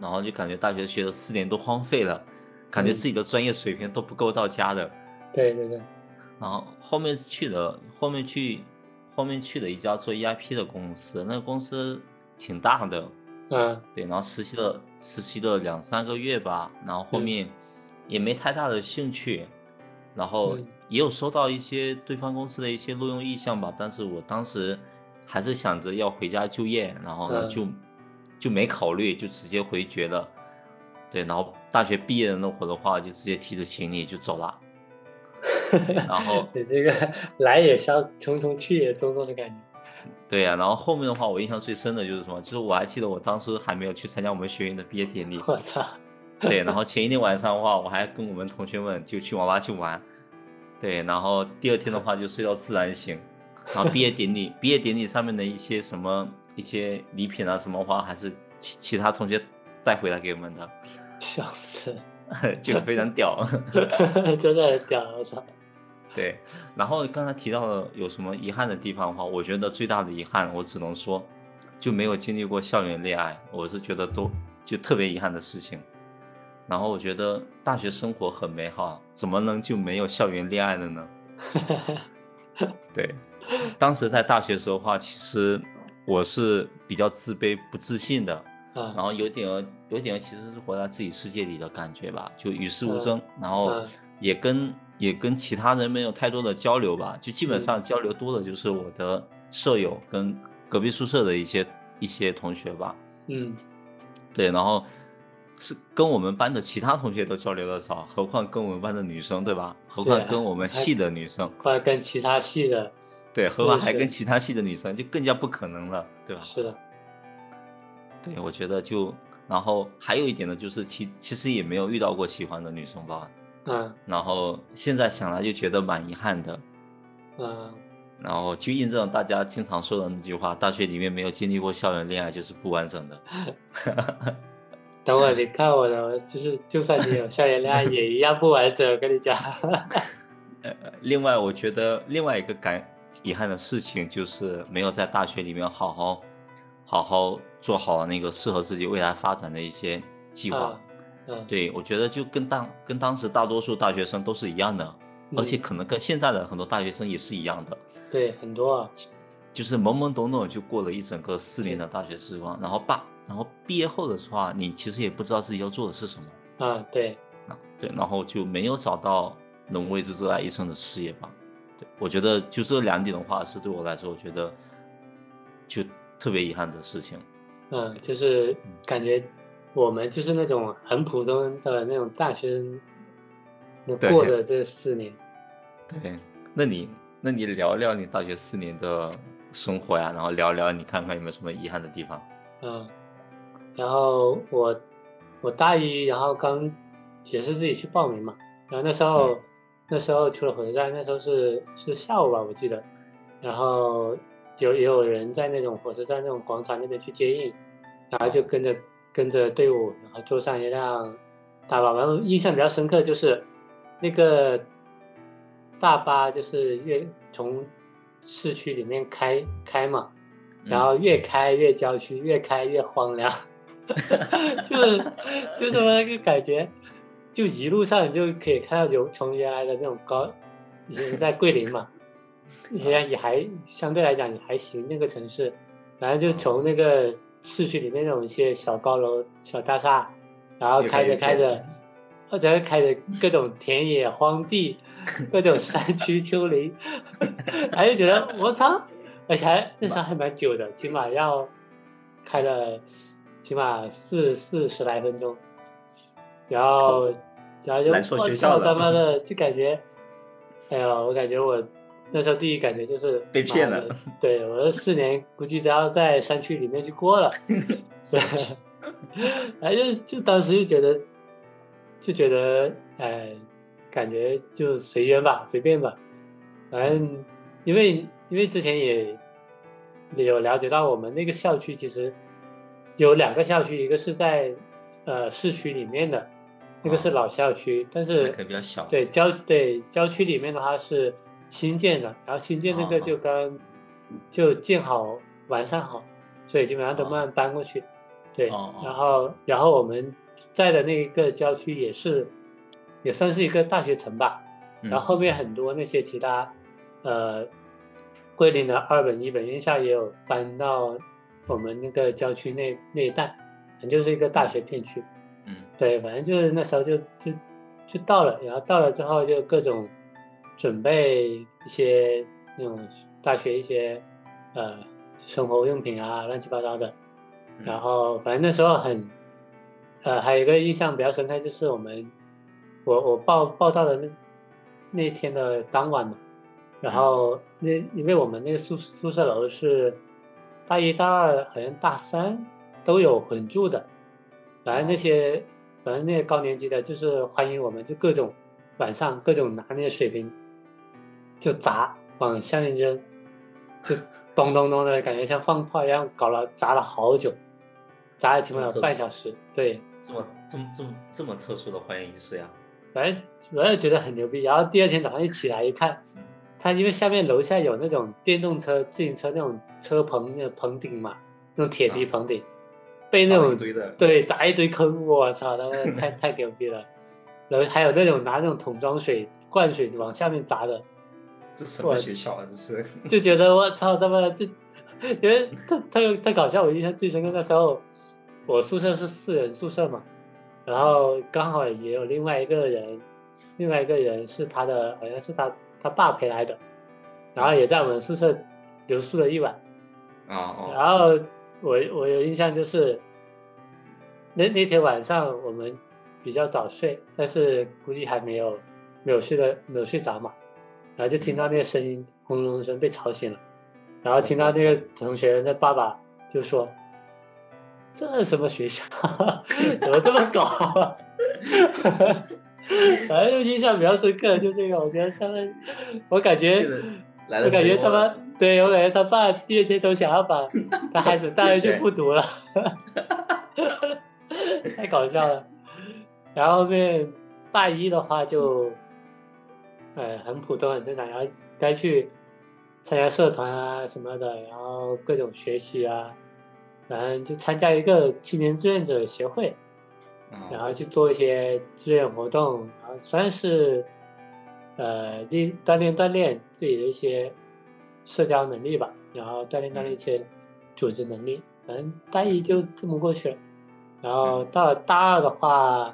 [SPEAKER 2] 然后就感觉大学学的四年都荒废了，感觉
[SPEAKER 1] 嗯
[SPEAKER 2] 自己的专业水平都不够到家的，
[SPEAKER 1] 对对对，
[SPEAKER 2] 然后后面去了，后面去后面去了一家做 EIP 的公司，那个公司挺大的，
[SPEAKER 1] 嗯
[SPEAKER 2] 对，然后实习了实习了两三个月吧，然后后
[SPEAKER 1] 嗯
[SPEAKER 2] 面也没太大的兴趣，然后
[SPEAKER 1] 嗯
[SPEAKER 2] 也有收到一些对方公司的一些录用意向吧，但是我当时还是想着要回家就业，然后呢
[SPEAKER 1] 嗯
[SPEAKER 2] 就就没考虑，就直接回绝了。对，然后大学毕业的那会儿的话，就直接提着行李就走 了。然后
[SPEAKER 1] 你这个 来也消匆匆，去也匆匆的感觉。
[SPEAKER 2] 对呀、然后后面的话，我印象最深的就是什么？就是我还记得我当时还没有去参加我们学院的毕业 典礼，
[SPEAKER 1] 我操，
[SPEAKER 2] 对，然后前一天晚上的话，我还跟我们同学们就去网吧去玩，对，然后第二天的话就睡到自然醒，然后毕业典礼，毕业典礼上面的一些什么一些礼品啊什么花，还是其其他同学带回来给我们的，
[SPEAKER 1] 笑死 了，
[SPEAKER 2] 就非常屌。
[SPEAKER 1] 真的很屌，我操。
[SPEAKER 2] 对，然后刚才提到了有什么遗憾的地方的话，我觉得最大的遗憾，我只能说就没有经历过校园恋爱，我是觉得都就特别遗憾的事情。然后我觉得大学生活很美好，怎么能就没有校园恋爱了呢？对，当时在大学时候的话，其实我是比较自卑、不自信的，然
[SPEAKER 1] 啊，
[SPEAKER 2] 后有点儿有点儿其实是活在自己世界里的感觉吧，就与世无
[SPEAKER 1] 嗯
[SPEAKER 2] 争，然后
[SPEAKER 1] 嗯
[SPEAKER 2] 也跟也跟其他人没有太多的交流吧，就基本
[SPEAKER 1] 嗯
[SPEAKER 2] 上交流多的就是我的舍友跟隔壁宿舍的一些一些同学吧，
[SPEAKER 1] 嗯
[SPEAKER 2] 对，然后是跟我们班的其他同学都交流的少，何况跟我们班的女生对吧？何
[SPEAKER 1] 对
[SPEAKER 2] 况
[SPEAKER 1] 啊
[SPEAKER 2] 跟我们
[SPEAKER 1] 还
[SPEAKER 2] 系的女生，
[SPEAKER 1] 或者跟其他系的，
[SPEAKER 2] 对，何况还
[SPEAKER 1] 是
[SPEAKER 2] 跟其他系的女生，就更加不可能了，对吧？
[SPEAKER 1] 是的，
[SPEAKER 2] 对，我觉得就，然后还有一点呢，就是其其实也没有遇到过喜欢的女生吧，
[SPEAKER 1] 嗯
[SPEAKER 2] 然后现在想来就觉得蛮遗憾的，
[SPEAKER 1] 嗯，
[SPEAKER 2] 然后就印证了大家经常说的那句话，大学里面没有经历过校园恋爱就是不完整的。
[SPEAKER 1] 等会儿 你看我的，我就是就算你有校园恋爱，也一样不完整。我跟你讲，
[SPEAKER 2] 呃，另外我觉得另外一个感遗憾的事情就是没有在大学里面好好好好做好那个适合自己未来发展的一些 计划。
[SPEAKER 1] 啊嗯，
[SPEAKER 2] 对，我觉得就跟当跟当时大多数大学生都是一样的，而且
[SPEAKER 1] 嗯
[SPEAKER 2] 可能跟现在的很多大学生也是一样的，
[SPEAKER 1] 对，很多啊，
[SPEAKER 2] 就是懵懵懂懂就过了一整个四年的大学时光，然后爸，然后毕业后的话，你其实也不知道自己要做的是什么，
[SPEAKER 1] 啊，对，
[SPEAKER 2] 啊对，然后就没有找到能为之热爱一生的事业吧。对，我觉得就这两点的话，是对我来说，我觉得就特别遗憾的事情。
[SPEAKER 1] 嗯，就是感觉我们就是那种很普通的那种大学生，那
[SPEAKER 2] 对
[SPEAKER 1] 过的这四年，嗯
[SPEAKER 2] 对，那你那你聊聊你大学四年的生活呀，然后聊聊你看看有没有什么遗憾的地方。
[SPEAKER 1] 嗯，然后我我大一，然后刚也是自己去报名嘛，然后那时候、
[SPEAKER 2] 嗯
[SPEAKER 1] 那时候除了火车站，那时候是是下午吧，我记得，然后有也有人在那种火车站那种广场那边去接应，然后就跟着跟着队伍，然后坐上一辆大巴，然后印象比较深刻就是那个大巴就是越从市区里面开开嘛，然
[SPEAKER 2] 嗯
[SPEAKER 1] 后越开越郊区，越开越荒 凉，就是就这么一个感觉， 就一路上你就可以看到有从原来的那种高，以前在桂林嘛，也也还相对来讲也还行，那个城市，反正
[SPEAKER 2] 嗯
[SPEAKER 1] 就从那个市区里面那种一些小高楼、小大厦，然后
[SPEAKER 2] 越
[SPEAKER 1] 开
[SPEAKER 2] 开
[SPEAKER 1] 着
[SPEAKER 2] 越
[SPEAKER 1] 开
[SPEAKER 2] 偏
[SPEAKER 1] 着，或者开着各种田野、荒 地，各种山区、丘陵，哎，就觉得我操，而且还那时候还蛮久的，起码要开了起码四四十来分钟，然后然后就
[SPEAKER 2] 来说
[SPEAKER 1] 我
[SPEAKER 2] 学
[SPEAKER 1] 操
[SPEAKER 2] 校
[SPEAKER 1] 他
[SPEAKER 2] 的
[SPEAKER 1] 妈 的，就感觉，哎呀，我感觉我那时候第一感觉就是
[SPEAKER 2] 被
[SPEAKER 1] 妈
[SPEAKER 2] 骗
[SPEAKER 1] 的
[SPEAKER 2] 了，
[SPEAKER 1] 对我这四年估计都要在山区里面去过 了， 哎就就当时就觉得就觉得哎，感觉就随缘吧，随便吧，反正因为因为之前也也有了解到，我们那个校区其实有两个校区，一个是在呃市区里面的，那个是
[SPEAKER 2] 哦
[SPEAKER 1] 老校区，但
[SPEAKER 2] 那
[SPEAKER 1] 是
[SPEAKER 2] 可能比较小。
[SPEAKER 1] 对郊对郊区里面的话是新建的，然后新建那个
[SPEAKER 2] 哦
[SPEAKER 1] 就刚、就建好完善好，所以基本上都
[SPEAKER 2] 哦
[SPEAKER 1] 慢慢搬过去。对，
[SPEAKER 2] 哦哦
[SPEAKER 1] 然后然后我们在的那一个郊区也是也算是一个大学城吧，
[SPEAKER 2] 嗯，
[SPEAKER 1] 然后后面很多那些其他，呃，桂林的二本、一本院校也有搬到我们那个郊区那那一带，反正就是一个大学片区。
[SPEAKER 2] 嗯
[SPEAKER 1] 对，反正就是那时候就就就到了，然后到了之后就各种准备一些那种大学一些呃生活用品啊，乱七八糟的。
[SPEAKER 2] 嗯
[SPEAKER 1] 然后反正那时候很，呃，还有一个印象比较深刻就是我们我我报报到的那那天的当晚嘛，然后那因为我们那个宿宿舍楼是大一大二好像大三都有混住的，反正那些反正那些高年级的就是欢迎我们，就各种晚上各种拿那个水瓶就砸往下面扔，就咚咚咚的感觉像放炮一样，搞了砸了好久，砸了起码有
[SPEAKER 2] 这么特
[SPEAKER 1] 半
[SPEAKER 2] 殊
[SPEAKER 1] 小时，对。
[SPEAKER 2] 这么这么这么这么特殊的欢迎仪式呀？
[SPEAKER 1] 反正我也觉得很牛逼。然后第二天早上一起来一看，他因为下面楼下有那种电动车、自行车那种车棚、那个棚顶嘛，那种铁皮
[SPEAKER 2] 啊
[SPEAKER 1] 棚顶，被哎那
[SPEAKER 2] 造了
[SPEAKER 1] 种
[SPEAKER 2] 一堆的
[SPEAKER 1] 对砸一堆坑，我操，他妈的 太太牛逼了。然后还有那种拿那种桶装水灌水往下面砸的，
[SPEAKER 2] 这什么学校啊？这是
[SPEAKER 1] 就觉得我操他妈这，因为特特特搞笑。我印象最深刻那时候，我宿舍是四人宿舍嘛，然后刚好也有另外一个人，另外一个人是他的好像是他他爸陪来的，然后也在我们宿舍留宿了一晚。
[SPEAKER 2] 啊哦，
[SPEAKER 1] 然后我我有印象就是，那那天晚上我们比较早睡，但是估计还没有没有睡的没有睡着嘛，然后就
[SPEAKER 2] 嗯
[SPEAKER 1] 听到那个声音轰隆隆声被吵醒了，然后听到那个同学的爸爸就说：“这什么 学校，怎么这么搞、 啊？”反正就印象比较深刻，就这个，我觉得他们，我感觉
[SPEAKER 2] 记得来了
[SPEAKER 1] 我感觉
[SPEAKER 2] 贼
[SPEAKER 1] 他
[SPEAKER 2] 窝
[SPEAKER 1] 妈
[SPEAKER 2] 了，
[SPEAKER 1] 对我感觉他爸第二天都想要 把他孩子带回去复读了， 太搞笑了。然后后面大一的话就，呃，很普通很正常，然后该去参加社团啊什么的，然后各种学习啊，反正就参加一个青年志愿者协会，
[SPEAKER 2] 啊
[SPEAKER 1] 然后去做一些志愿活动，然后算是呃练锻炼锻炼自己的一些社交能力吧，然后锻炼锻炼一些组织能力。反正大一就这么过去了，然后到了大二的话，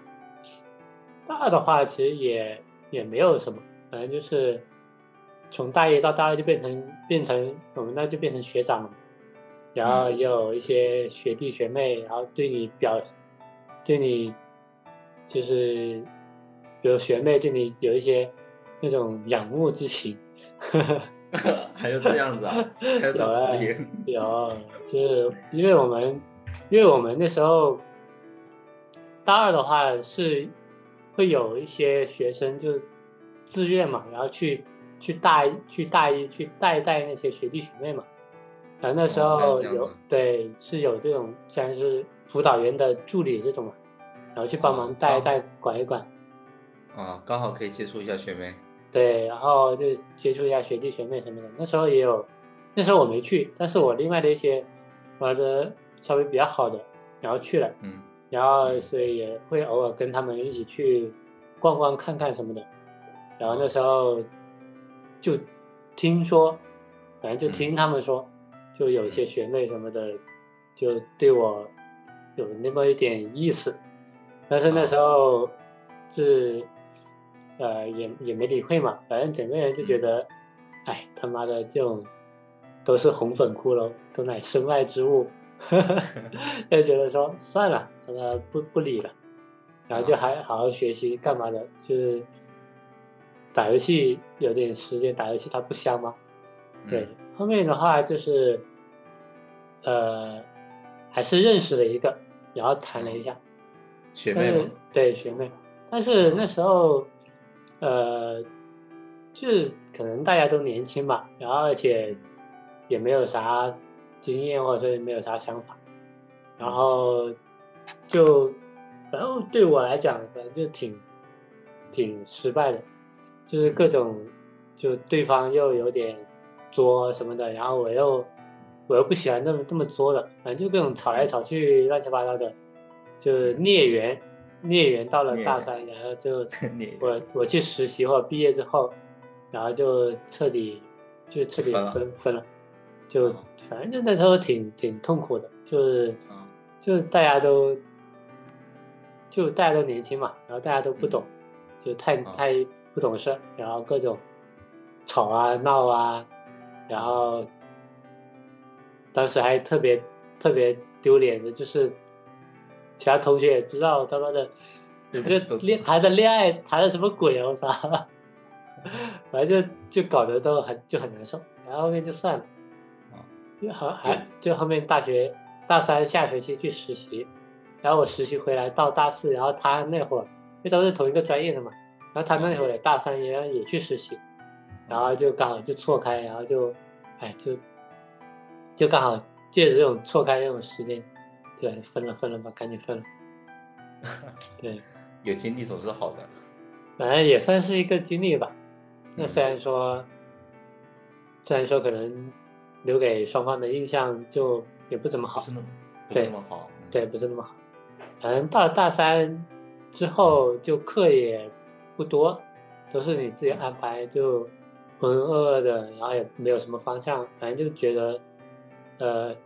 [SPEAKER 1] 大二的话其实也也没有什么，反正就是从大一到大二就变成变成我们那就变成学长了嘛，然后也有一些学弟学妹，然后对你表对你就是比如学妹对你有一些那种仰慕之情，
[SPEAKER 2] 还有这样子啊，还有这种福利，
[SPEAKER 1] 有，就是因为我们，因为我们那时候大二的话是会有一些学生就自愿嘛，然后去去大一去大一去带一带那些学弟学妹嘛。然后那时
[SPEAKER 2] 哦还有
[SPEAKER 1] 候
[SPEAKER 2] 这样
[SPEAKER 1] 有、
[SPEAKER 2] 的
[SPEAKER 1] 对是有这种虽然是辅导员的助理这种嘛，然后去帮忙
[SPEAKER 2] 哦
[SPEAKER 1] 带一
[SPEAKER 2] 帮
[SPEAKER 1] 带管一管。
[SPEAKER 2] 啊，刚好可以接触一下学妹，
[SPEAKER 1] 对，然后就接触一下学弟学妹什么的。那时候也有，那时候我没去，但是我另外的一些玩的稍微比较好的，然后去了，
[SPEAKER 2] 嗯，
[SPEAKER 1] 然后所以也会偶尔跟他们一起去逛逛看看什么的。然后那时候就听说，反正就听他们说，就有一些学妹什么的，就对我有那么一点意思，但是那时候是呃也也没理会嘛，反正整个人就觉
[SPEAKER 2] 嗯
[SPEAKER 1] 得，哎他妈的这种都是红粉骷髅，都乃身外之物， 就觉得说算了，他妈不不理了。然
[SPEAKER 2] 啊
[SPEAKER 1] 后就还好好学习干嘛的，就是打游戏有点时间打游戏，它不香吗？对，
[SPEAKER 2] 嗯
[SPEAKER 1] 后面的话就是呃还是认识了一个，然后谈了一下，
[SPEAKER 2] 嗯学
[SPEAKER 1] 但
[SPEAKER 2] 妹
[SPEAKER 1] 是
[SPEAKER 2] 嘛，
[SPEAKER 1] 对学妹，但是那时候呃就是可能大家都年轻嘛，然后而且也没有啥经验或者说也没有啥想法，然后就反正对我来讲，反正就挺挺失败的，就是各种就对方又有点作什么的，然后我又我又不喜欢这么这么作的，反正就各种吵来吵去，乱七八糟的，就是孽缘孽缘到了
[SPEAKER 2] 嗯孽
[SPEAKER 1] 大
[SPEAKER 2] 缘
[SPEAKER 1] 三，然后就
[SPEAKER 2] 你
[SPEAKER 1] 我 我去实习或者毕业之后，然后就彻底就彻底
[SPEAKER 2] 分了
[SPEAKER 1] 分分了，就
[SPEAKER 2] 哦
[SPEAKER 1] 反正就那时候挺挺痛苦的，就是
[SPEAKER 2] 啊
[SPEAKER 1] 就大家都就大家都年轻嘛，然后大家都不懂，就太
[SPEAKER 2] 啊
[SPEAKER 1] 太不懂事儿，然后各种吵啊闹啊，然后当时还特别特别丢脸的，就是其他同学也知道他妈的，你这
[SPEAKER 2] 都知
[SPEAKER 1] 恋
[SPEAKER 2] 道
[SPEAKER 1] 谈的恋爱谈的什么鬼啊，我操！ 反正就就搞得都很就很难受，然后后面就算了
[SPEAKER 2] 啊，
[SPEAKER 1] 因为好
[SPEAKER 2] 对
[SPEAKER 1] 还就后面大学大三下学期去实习，然后我实习回来到大四，然后他那会儿因为都是同一个专业的嘛，然后他那会儿也大三也也去实习，然后就刚好就错开，然后就，哎，就就刚好借着这种错开这种时间，对，分了分了吧，赶紧分了。对，
[SPEAKER 2] 有经历总是好的，
[SPEAKER 1] 反正也算是一个经历吧。那
[SPEAKER 2] 嗯
[SPEAKER 1] 虽然说，虽然说可能留给双方的印象就也不怎么
[SPEAKER 2] 不
[SPEAKER 1] 好
[SPEAKER 2] 是，那么不
[SPEAKER 1] 对
[SPEAKER 2] 是那么好，嗯
[SPEAKER 1] 对，不是那么好。反正到了大三之后，就课也不多，都是你自己安排，就浑浑噩噩的，然后也没有什么方向，反正就觉得，呃，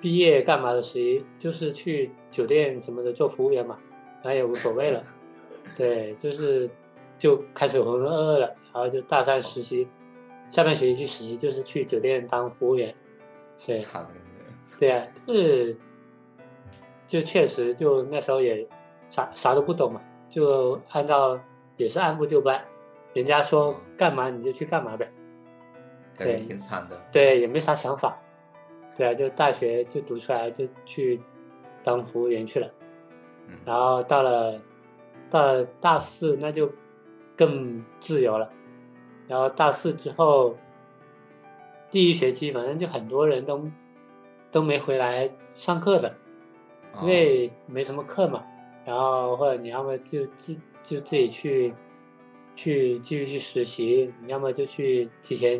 [SPEAKER 1] 毕业干嘛的，谁就是去酒店什么的做服务员嘛，然后也无所谓了。对，就是就开始浑浑噩噩了，然后就大三实习，下半学期去实习就是去酒店当服务员， 对。
[SPEAKER 2] 惨了，
[SPEAKER 1] 对啊，就是就确实就那时候也啥啥都不懂嘛，就按照也是按部就班，人家说干嘛你就去干嘛呗，
[SPEAKER 2] 感觉
[SPEAKER 1] 对
[SPEAKER 2] 挺惨的。
[SPEAKER 1] 对，也没啥想法，对啊，就大学就读出来就去当服务员去了，
[SPEAKER 2] 嗯，
[SPEAKER 1] 然后到了到了大四那就更自由了，然后大四之后第一学期反正就很多人都都没回来上课的。
[SPEAKER 2] 啊
[SPEAKER 1] 因为没什么课嘛，然后或者你要么就自就自己去去继续去实习，你要么就去提前，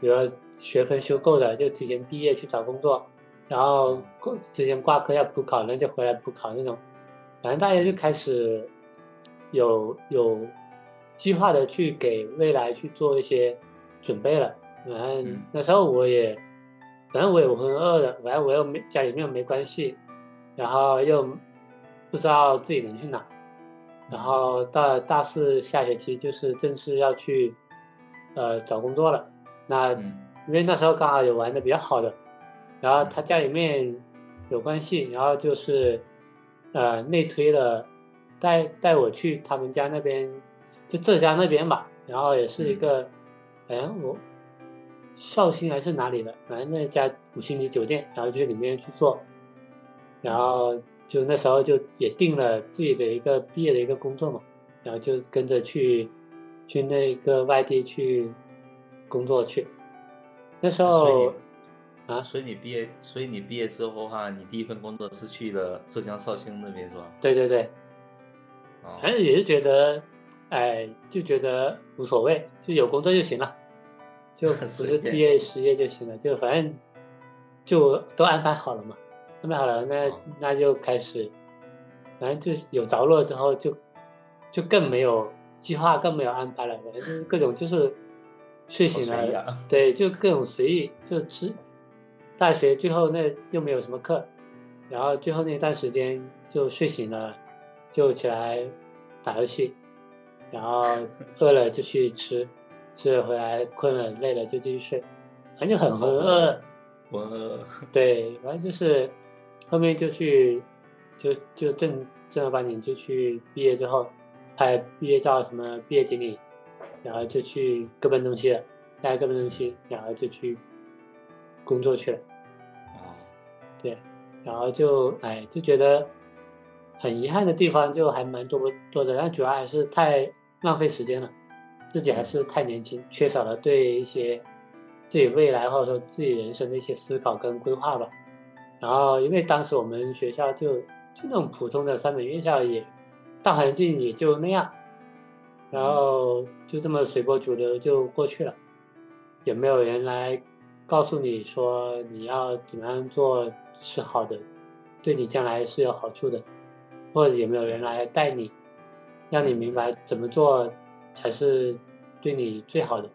[SPEAKER 1] 比如说学分修够的就提前毕业去找工作，然后过之前挂科要补考，那就回来补考那种，反正大家就开始有有计划的去给未来去做一些准备了。反正
[SPEAKER 2] 嗯
[SPEAKER 1] 那时候我也，反正我也浑浑噩噩的，反正我又没家里面又没关系，然后又不知道自己能去哪，然后到了大四下学期就是正式要去呃找工作了。那
[SPEAKER 2] 嗯
[SPEAKER 1] 因为那时候刚好有玩的比较好的，然后他家里面有关系，然后就是呃内推了，带带我去他们家那边，就浙江那边吧，然后也是一个，哎、我绍兴还是哪里的，反正那家五星级酒店，然后去里面去做，然后就那时候就也定了自己的一个毕业的一个工作嘛，然后就跟着去去那个外地去工作去。那时候
[SPEAKER 2] 所
[SPEAKER 1] 啊
[SPEAKER 2] 所以你毕业，所以你毕业之后哈、你第一份工作是去了浙江绍兴那边是吧？
[SPEAKER 1] 对对对，
[SPEAKER 2] 啊、
[SPEAKER 1] 反正也是觉得，哎，就觉得无所谓，就有工作就行了， 就不
[SPEAKER 2] 随
[SPEAKER 1] 是
[SPEAKER 2] 便
[SPEAKER 1] 毕业失业就行了，就反正就都安排好了嘛，安排好了，那
[SPEAKER 2] 哦
[SPEAKER 1] 那就开始，反正就是有着落之后就就更没有计划，更没有安排了，反正就是各种就是睡醒
[SPEAKER 2] 好随意
[SPEAKER 1] 了，
[SPEAKER 2] 啊
[SPEAKER 1] 对，就各种随意，就吃。大学最后那又没有什么课，然后最后那段时间就睡醒了，就起来打游戏，然后饿了就去吃，吃了回来困了累了就继续睡，反正就很浑噩。
[SPEAKER 2] 浑 噩，
[SPEAKER 1] 对，反正就是后面就去，就就正正儿八经就去毕业之后拍毕业照，什么毕业典礼，然后就去各奔东西了，待各奔东西，然后就去工作去了，
[SPEAKER 2] 哦，
[SPEAKER 1] 对，然后就哎就觉得很遗憾的地方就还蛮多不多的，但主要还是太浪费时间了，自己还是太年轻，缺少了对一些自己未来或者说自己人生的一些思考跟规划吧。然后因为当时我们学校就就那种普通的三本院校也，大环境也就那样，然后就这么随波逐流就过去了，也没有人来告诉你说你要怎么样做是好的，对你将来是有好处的，或者也没有人来带你，让你明白怎么做才是对你最好的。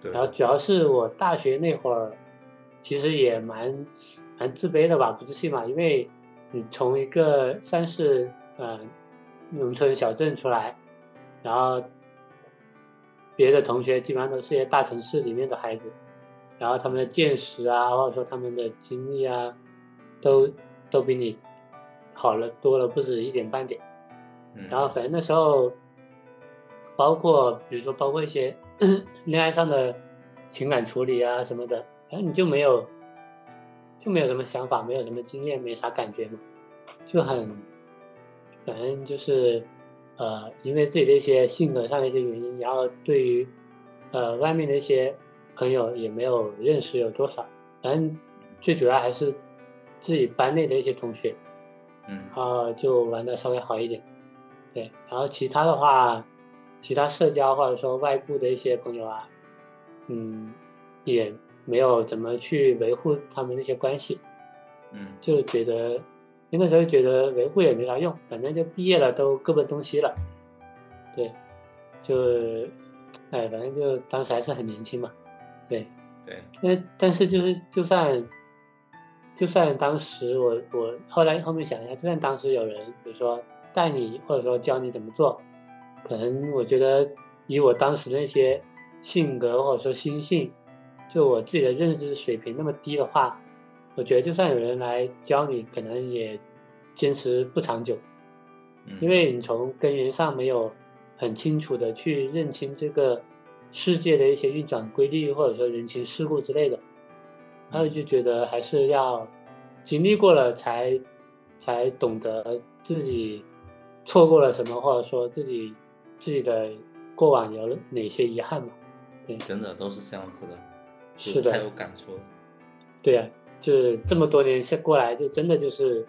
[SPEAKER 2] 对，
[SPEAKER 1] 然后主要是我大学那会儿，其实也蛮蛮自卑的吧，不自信嘛，因为你从一个算是嗯、呃、农村小镇出来，然后别的同学基本上都是一些大城市里面的孩子，然后他们的见识啊，或者说他们的经历啊，都都比你好了多了不止一点半点。
[SPEAKER 2] 嗯
[SPEAKER 1] 然后反正那时候，包括比如说包括一些恋爱上的情感处理啊什么的，反正你就没有就没有什么想法，没有什么经验，没啥感觉嘛，就很反正就是呃，因为自己的一些性格上的一些原因，然后对于呃外面的一些朋友也没有认识有多少，反正最主要还是自己班内的一些同学，
[SPEAKER 2] 嗯
[SPEAKER 1] 然，后就玩的稍微好一点。对，然后其他的话，其他社交或者说外部的一些朋友啊，嗯，也没有怎么去维护他们那些关系，
[SPEAKER 2] 嗯，
[SPEAKER 1] 就觉得，因为那时候觉得维护也没啥用，反正就毕业了都各奔东西了。对，就，哎，反正就当时还是很年轻嘛，对，
[SPEAKER 2] 对，
[SPEAKER 1] 但但是就是就算就算当时我我后来后面想一下，就算当时有人比如说带你或者说教你怎么做，可能我觉得以我当时那些性格或者说心性，就我自己的认知水平那么低的话，我觉得就算有人来教你，可能也坚持不长久。
[SPEAKER 2] 嗯
[SPEAKER 1] 因为你从根源上没有很清楚的去认清这个世界的一些运转规律，或者说人情世故之类的，还有就觉得还是要经历过了才才懂得自己错过了什么，或者说自己自己的过往有哪些遗憾嘛。
[SPEAKER 2] 真的都是这样子的，就是
[SPEAKER 1] 的
[SPEAKER 2] 太有感触了，
[SPEAKER 1] 对呀、就是这么多年下过来，就真的就是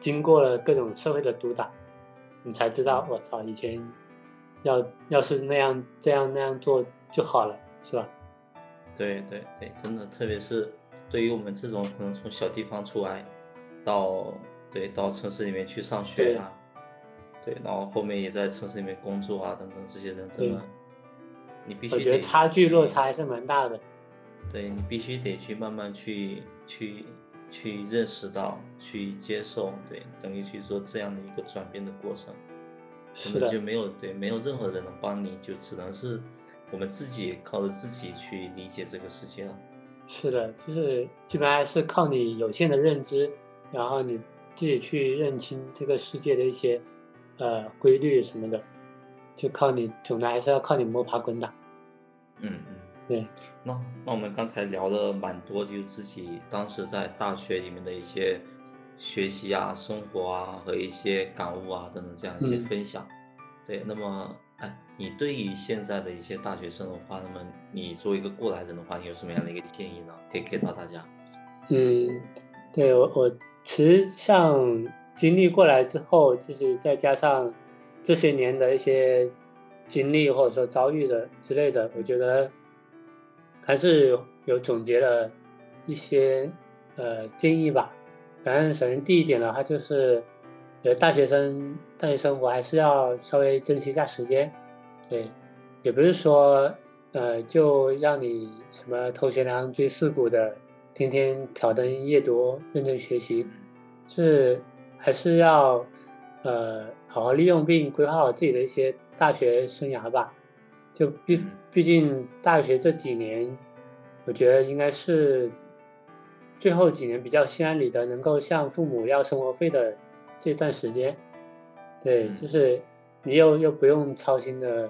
[SPEAKER 1] 经过了各种社会的毒打，你才知道，我操，以前要要是那样这样那样做就好了，是吧？
[SPEAKER 2] 对对对，真的，特别是对于我们这种可能从小地方出来，到对到城市里面去上学啊，对，然后后面也在城市里面工作啊等等，这些人真的
[SPEAKER 1] 对，
[SPEAKER 2] 你必须
[SPEAKER 1] 我觉得
[SPEAKER 2] 得嗯
[SPEAKER 1] 差距落差还是蛮大的。
[SPEAKER 2] 对你必须得去慢慢去去去认识到，去接受，对，等于去做这样的一个转变的过程，
[SPEAKER 1] 是
[SPEAKER 2] 真
[SPEAKER 1] 的
[SPEAKER 2] 的就，没有对没有任何人能帮你，就只能是我们自己靠着自己去理解这个世界啊了。
[SPEAKER 1] 是的，就是基本上还是靠你有限的认知，然后你自己去认清这个世界的一些呃规律什么的，就靠你，总的还是要靠你摸爬滚打。
[SPEAKER 2] 嗯嗯。
[SPEAKER 1] 对，
[SPEAKER 2] 那那我们刚才聊了蛮多，就是自己当时在大学里面的一些学习啊、生活啊和一些感悟啊等等这样一些
[SPEAKER 1] 嗯
[SPEAKER 2] 分享。对，那么哎，你对于现在的一些大学生的话，那么你作为一个过来人的话，你有什么样的一个建议呢？可以给到大家？
[SPEAKER 1] 嗯，对我我其实像经历过来之后，就是再加上这些年的一些经历或者说遭遇的之类的，我觉得还是有有总结了一些呃建议吧。反正首先第一点的话就是，呃，大学生大学生活还是要稍微珍惜一下时间，对，也不是说呃，就让你什么头悬梁锥刺股的，天天挑灯夜读，认真学习，是还是要呃好好利用并规划好自己的一些大学生涯吧。就毕毕竟大学这几年，我觉得应该是最后几年比较心安理得，能够向父母要生活费的这段时间。对，
[SPEAKER 2] 嗯
[SPEAKER 1] 就是你又又不用操心的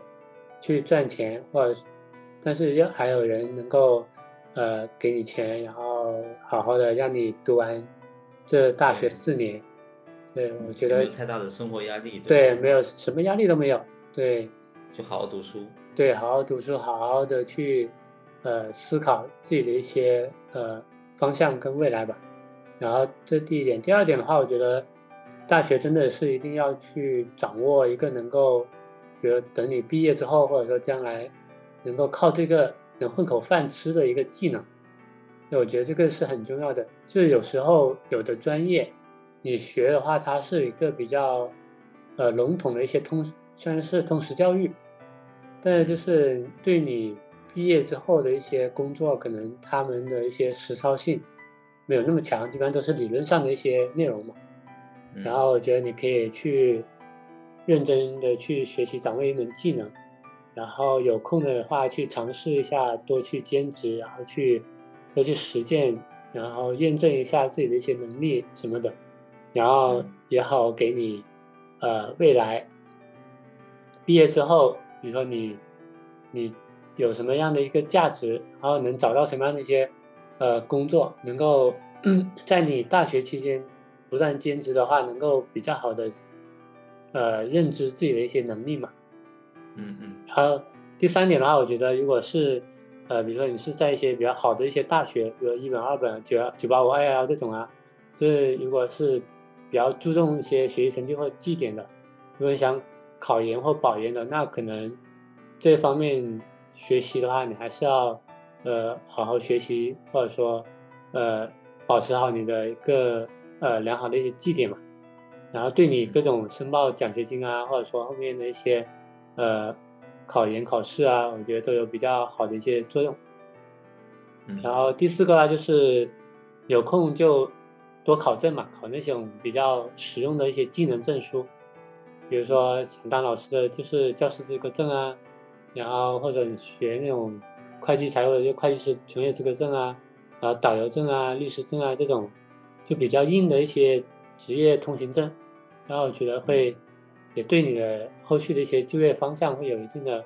[SPEAKER 1] 去赚钱，或者但是又还有人能够呃给你钱，然后好好的让你读完这大学
[SPEAKER 2] 对嗯
[SPEAKER 1] 四年。对，我觉
[SPEAKER 2] 没
[SPEAKER 1] 得
[SPEAKER 2] 有太大的生活压力，
[SPEAKER 1] 对，
[SPEAKER 2] 吧
[SPEAKER 1] 没有什么压力都没有。对，
[SPEAKER 2] 就好好读书，
[SPEAKER 1] 对，好好读书，好好的去呃思考自己的一些呃方向跟未来吧。然后这第一点，第二点的话，我觉得大学真的是一定要去掌握一个能够，比如等你毕业之后，或者说将来能够靠这个能混口饭吃的一个技能。对我觉得这个是很重要的。就是有时候有的专业，你学的话，它是一个比较呃笼统的一些通，虽然是通识教育，但是就是对你毕业之后的一些工作，可能他们的一些实操性没有那么强，一般都是理论上的一些内容嘛。
[SPEAKER 2] 嗯
[SPEAKER 1] 然后我觉得你可以去认真的去学习掌握一门技能，然后有空的话去尝试一下，多去兼职，然后去多去实践，然后验证一下自己的一些能力什么的，然后
[SPEAKER 2] 嗯
[SPEAKER 1] 也好给你呃未来毕业之后，比如说你你有什么样的一个价值，然后能找到什么样的一些呃工作，能够 在你大学期间不断兼职的话，能够比较好的呃认知自己的一些能力嘛。
[SPEAKER 2] 嗯嗯
[SPEAKER 1] 还有第三点的话，我觉得如果是呃，比如说你是在一些比较好的一些大学，比如一本、二本、九九八五、二幺幺这种啊，就是如果是比较注重一些学习成绩或绩点的，如果你想考研或保研的，那可能这方面学习的话，你还是要呃好好学习，或者说呃保持好你的一个呃良好的一些绩点嘛。然后对你各种申报奖学金啊，或者说后面的一些呃考研考试啊，我觉得都有比较好的一些作用。
[SPEAKER 2] 嗯，
[SPEAKER 1] 然后第四个呢，就是有空就多考证嘛，考那种比较实用的一些技能证书，比如说想当老师的就是教师资格证啊，然后或者你学那种会计财务的就会计师从业资格证啊，然后导游证啊、律师证啊这种就比较硬的一些职业通行证，然后我觉得会也对你的后续的一些就业方向会有一定的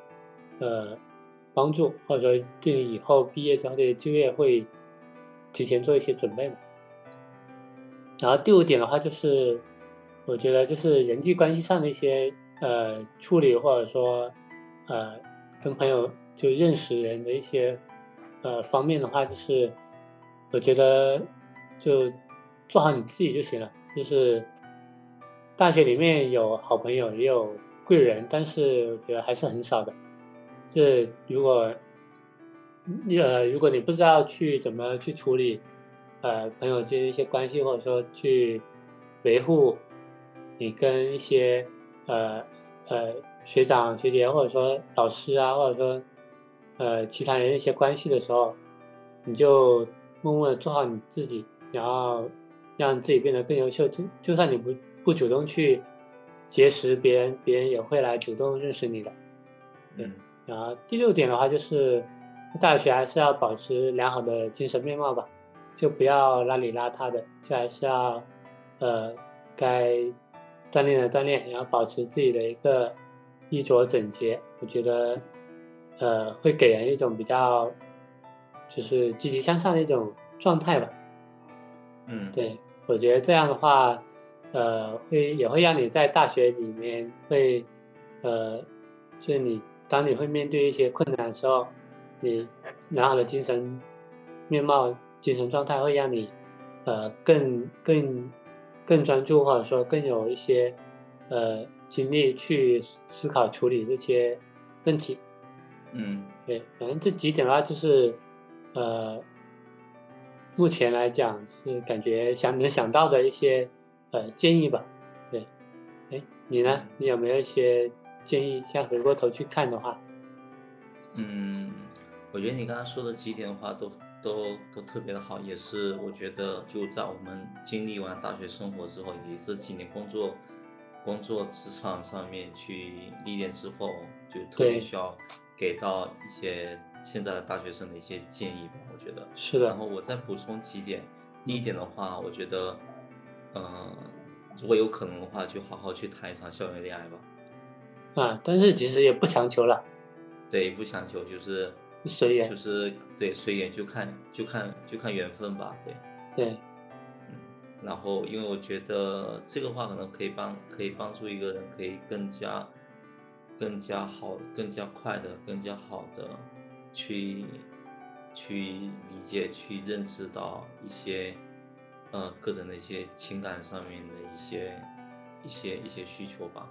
[SPEAKER 1] 呃帮助，或者说对你以后毕业之后的就业会提前做一些准备嘛。然后第五点的话就是，我觉得就是人际关系上的一些呃处理，或者说呃跟朋友就认识人的一些呃方面的话，就是我觉得就做好你自己就行了。就是大学里面有好朋友，也有贵人，但是我觉得还是很少的。这如果你呃，如果你不知道去怎么去处理呃朋友之间一些关系，或者说去维护你跟一些呃呃学长学姐，或者说老师啊，或者说呃其他人一些关系的时候，你就默默的做好你自己，然后让自己变得更优秀。就就算你不不主动去结识别人，别人也会来主动认识你的。
[SPEAKER 2] 嗯
[SPEAKER 1] 然后第六点的话就是，大学还是要保持良好的精神面貌吧，就不要邋里邋遢的，就还是要，呃，该锻炼的锻炼，然后保持自己的一个衣着整洁，我觉得，呃，会给人一种比较，就是积极向上的一种状态吧。
[SPEAKER 2] 嗯，
[SPEAKER 1] 对，我觉得这样的话，呃，会也会让你在大学里面会，呃，就是你当你会面对一些困难的时候，你良好的精神面貌、精神状态会让你，呃，更更更专注，或者说更有一些呃精力去思考处理这些问题。
[SPEAKER 2] 嗯
[SPEAKER 1] 对，反正这几点的话，就是呃，目前来讲，就是感觉想能想到的一些呃建议吧。对，哎，你呢
[SPEAKER 2] 嗯？
[SPEAKER 1] 你有没有一些建议？现在回过头去看的话，
[SPEAKER 2] 嗯，我觉得你刚刚说的几点的话都都都特别的好，也是我觉得就在我们经历完大学生活之后，以及这几年工作工作职场上面去历练之后，就特别
[SPEAKER 1] 对
[SPEAKER 2] 需要给到一些现在的大学生的一些建议吧，我觉得。
[SPEAKER 1] 是
[SPEAKER 2] 然
[SPEAKER 1] 的
[SPEAKER 2] 后，我再补充几点，第一点的话，我觉得，呃，如果有可能的话，就好好去谈一场校园恋爱吧。
[SPEAKER 1] 啊，但是其实也不强求了，
[SPEAKER 2] 对，不强求，就是
[SPEAKER 1] 随缘
[SPEAKER 2] 就是对随缘，就看就看就看缘分吧。对，
[SPEAKER 1] 对，
[SPEAKER 2] 然后因为我觉得这个话可能可以帮可以帮助一个人，可以更加更加好、更加快的、更加好的去去理解、去认知到一些呃个人的一些情感上面的一些一些一些需求吧。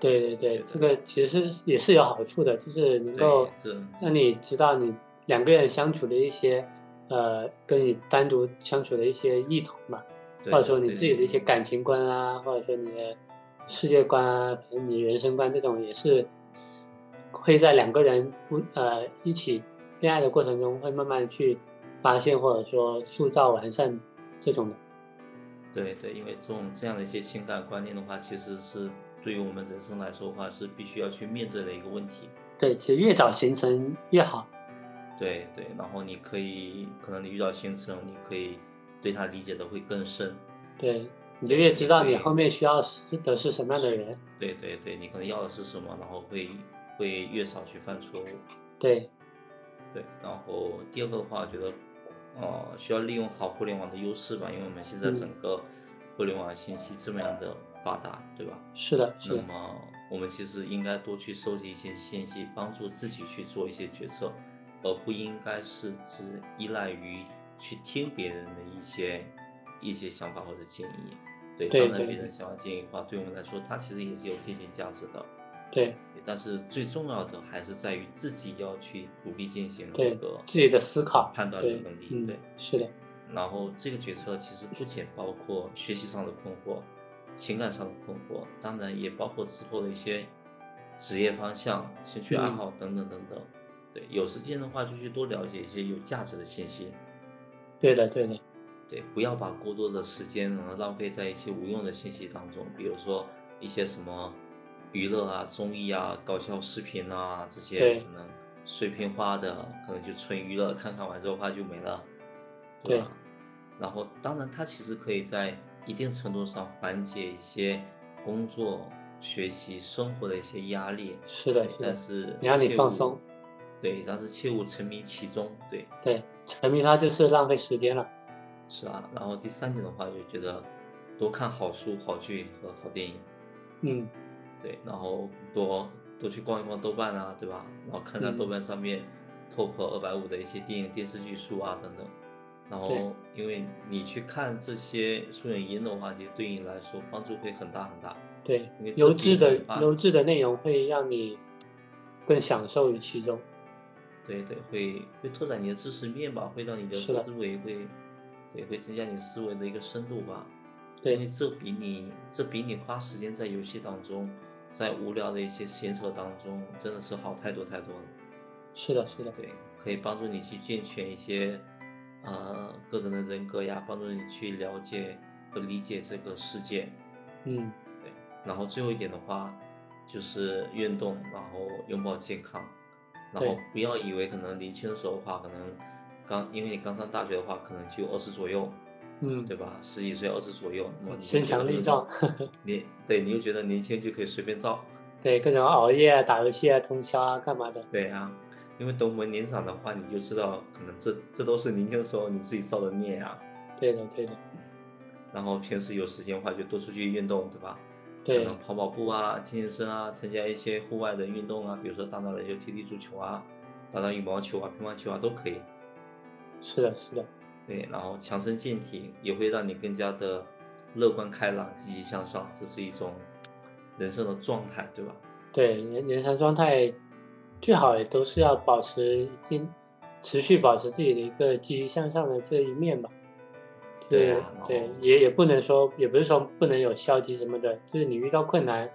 [SPEAKER 1] 对对对，这个其实是也是有好处的，就是能够
[SPEAKER 2] 对，这
[SPEAKER 1] 让你知道你两个人相处的一些，呃，跟你单独相处的一些异同嘛，
[SPEAKER 2] 对
[SPEAKER 1] 或者说你
[SPEAKER 2] 对
[SPEAKER 1] 自己的一些感情观啊，或者说你的世界观啊，反正你人生观这种也是会在两个人不呃一起恋爱的过程中会慢慢去发现或者说塑造完善这种的，
[SPEAKER 2] 对对，因为这种这样的一些情感观念的话，其实是对于我们人生来说的话，是必须要去面对的一个问题。
[SPEAKER 1] 对，其实越早形成越好，
[SPEAKER 2] 对对，然后你可以，可能你遇到新生，你可以对他理解的会更深。
[SPEAKER 1] 对，你就越知道你
[SPEAKER 2] 对
[SPEAKER 1] 后面需要是的是什么样的人，
[SPEAKER 2] 对对对，你可能要的是什么，然后会会越少去犯错误。
[SPEAKER 1] 对，
[SPEAKER 2] 对，然后第二个的话，我觉得，呃，需要利用好互联网的优势吧，因为我们现在
[SPEAKER 1] 嗯
[SPEAKER 2] 整个互联网信息这么样的发达，对吧？
[SPEAKER 1] 是的，是
[SPEAKER 2] 那
[SPEAKER 1] 的，
[SPEAKER 2] 么我们其实应该多去收集一些信息，帮助自己去做一些决策，而不应该是只依赖于去听别人的一些一些想法或者建议。对，
[SPEAKER 1] 对
[SPEAKER 2] 当然
[SPEAKER 1] 对
[SPEAKER 2] 别人
[SPEAKER 1] 对
[SPEAKER 2] 想法建议的话，对我们来说，它其实也是有借鉴价值的。
[SPEAKER 1] 对
[SPEAKER 2] 对但是最重要的还是在于自己要去独立进行
[SPEAKER 1] 对
[SPEAKER 2] 一个
[SPEAKER 1] 自己的思考
[SPEAKER 2] 判断的
[SPEAKER 1] 对
[SPEAKER 2] 能力。，
[SPEAKER 1] 嗯
[SPEAKER 2] 对，
[SPEAKER 1] 是的，
[SPEAKER 2] 然后这个决策其实不仅包括学习上的困惑、情感上的困惑，当然也包括之后的一些职业方向、兴趣爱
[SPEAKER 1] 嗯
[SPEAKER 2] 好等等等等。对，有时间的话就去多了解一些有价值的信息。
[SPEAKER 1] 对的，对的，
[SPEAKER 2] 对，不要把过多的时间呢浪费在一些无用的信息当中，比如说一些什么娱乐啊、综艺啊、搞笑视频啊这些
[SPEAKER 1] 对
[SPEAKER 2] 可能碎片化的，可能就纯娱乐，看看完之后话就没了，
[SPEAKER 1] 对
[SPEAKER 2] 吧？然后，当然，它其实可以在一定程度上缓解一些工作、学习、生活的一些压力，
[SPEAKER 1] 是的，
[SPEAKER 2] 对
[SPEAKER 1] 是的
[SPEAKER 2] 但，是
[SPEAKER 1] 你让你
[SPEAKER 2] 切
[SPEAKER 1] 放
[SPEAKER 2] 勿
[SPEAKER 1] 松，
[SPEAKER 2] 对，但是切勿沉迷其中，对。
[SPEAKER 1] 对，沉迷它就是浪费时间了，
[SPEAKER 2] 是啊，然后第三点的话，就觉得多看好书、好剧和好电影，
[SPEAKER 1] 嗯，
[SPEAKER 2] 对，然后多多去逛一逛豆瓣啊，对吧？然后看看
[SPEAKER 1] 嗯
[SPEAKER 2] 豆瓣上面 top 二百五的一些电影、电视剧、书啊等等。然
[SPEAKER 1] 对
[SPEAKER 2] 后，因为你去看这些书影音的话，其实对你来说帮助会很大很大。
[SPEAKER 1] 对
[SPEAKER 2] 因为，这
[SPEAKER 1] 优
[SPEAKER 2] 第
[SPEAKER 1] 质
[SPEAKER 2] 一个
[SPEAKER 1] 的
[SPEAKER 2] 的啊话
[SPEAKER 1] 优质的内容会让你更享受于其中，
[SPEAKER 2] 对对，会会拓展你的知识面吧，会让你的
[SPEAKER 1] 是的
[SPEAKER 2] 思维会，对，会增加你思维的一个深度吧。因为
[SPEAKER 1] 对，
[SPEAKER 2] 这比你这比你花时间在游戏当中，在无聊的一些闲扯当中，真的是好太多太多了。
[SPEAKER 1] 是的，是的，
[SPEAKER 2] 对，可以帮助你去健全一些，呃，个人的人格呀，帮助你去了解和理解这个世界。
[SPEAKER 1] 嗯，
[SPEAKER 2] 然后最后一点的话，就是运动，然后拥抱健康，然后
[SPEAKER 1] 对
[SPEAKER 2] 不要以为可能年轻的时候的话，可能刚因为你刚上大学的话，可能就二十左右，
[SPEAKER 1] 嗯
[SPEAKER 2] 对，吧？十几岁、二十左右，那么你就
[SPEAKER 1] 身
[SPEAKER 2] 觉
[SPEAKER 1] 强
[SPEAKER 2] 得
[SPEAKER 1] 力
[SPEAKER 2] 运
[SPEAKER 1] 壮
[SPEAKER 2] 动，你 对，你又觉得年轻就可以随便造，
[SPEAKER 1] 对，各种熬夜啊、打游戏啊、通宵啊、干嘛的，
[SPEAKER 2] 对啊，因为等我们年长的话，你就知道，可能这这都是年轻的时候你自己造的孽啊。
[SPEAKER 1] 对的，对的，
[SPEAKER 2] 然后平时有时间的话，就多出去运动，对吧？可
[SPEAKER 1] 对
[SPEAKER 2] 能跑跑步啊，健健身啊，参加一些户外的运动啊，比如说打打篮球、踢踢足球啊，打打羽毛球啊、乒乓球啊都可以。
[SPEAKER 1] 是的，是的，
[SPEAKER 2] 对，然后强身健体也会让你更加的乐观开朗、积极向上，这是一种人生的状态，对吧？
[SPEAKER 1] 对人人生状态最好也都是要保持一定，持续保持自己的一个积极向上的这一面吧。
[SPEAKER 2] 对
[SPEAKER 1] 就
[SPEAKER 2] 啊然
[SPEAKER 1] 对
[SPEAKER 2] 后，
[SPEAKER 1] 也也不能说，也不是说不能有消极什么的，就是你遇到困难，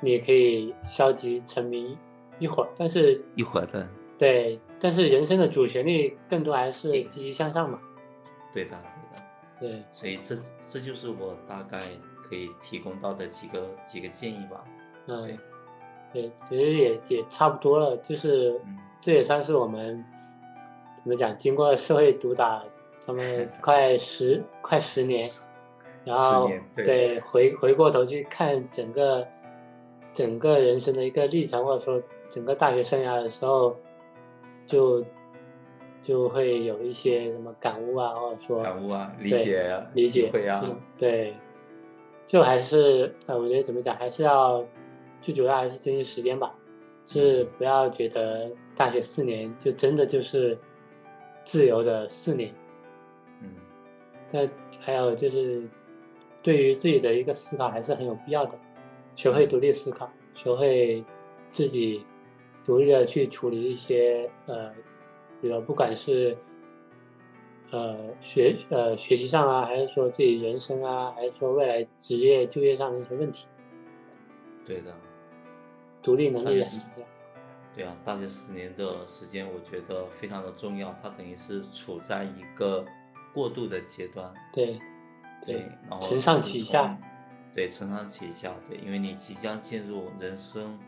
[SPEAKER 1] 你也可以消极沉迷一会儿，但是
[SPEAKER 2] 一会儿的，
[SPEAKER 1] 对但是人生的主旋律更多还是积极向上嘛。
[SPEAKER 2] 对的，对的。
[SPEAKER 1] 对，
[SPEAKER 2] 所以这这就是我大概可以提供到的几个几个建议吧。
[SPEAKER 1] 嗯，对，其实也也差不多了，就是
[SPEAKER 2] 嗯
[SPEAKER 1] 这也算是我们怎么讲，经过社会毒打，咱 们快十快十年，然后
[SPEAKER 2] 年对
[SPEAKER 1] 回回过头去看整个整个人生的一个历程，或者说整个大学生涯的时候，就就会有一些什么感悟啊，或者说
[SPEAKER 2] 感悟啊，理
[SPEAKER 1] 对
[SPEAKER 2] 解啊，
[SPEAKER 1] 理解
[SPEAKER 2] 体会啊，
[SPEAKER 1] 就对，就还是呃，我觉得怎么讲，还是要最主要还是珍惜时间吧，就是
[SPEAKER 2] 嗯
[SPEAKER 1] 不要觉得大学四年就真的就是自由的四年，
[SPEAKER 2] 嗯，
[SPEAKER 1] 但还有就是对于自己的一个思考还是很有必要的，学会独立思考，学会自己独立的去处理一些呃，比如不管是呃学呃学习上啊，还是说自己人生啊，还是说未来职业就业上的一些问题，
[SPEAKER 2] 对的，
[SPEAKER 1] 独立能
[SPEAKER 2] 但
[SPEAKER 1] 力的
[SPEAKER 2] 是
[SPEAKER 1] 培养
[SPEAKER 2] 对啊，大学四年的时间我觉得非常的重要，它等于是处在一个过渡的阶段，
[SPEAKER 1] 对
[SPEAKER 2] 对，然后
[SPEAKER 1] 承上
[SPEAKER 2] 就是
[SPEAKER 1] 启
[SPEAKER 2] 从
[SPEAKER 1] 下，
[SPEAKER 2] 对，承上启下，对，因为你即将进入人生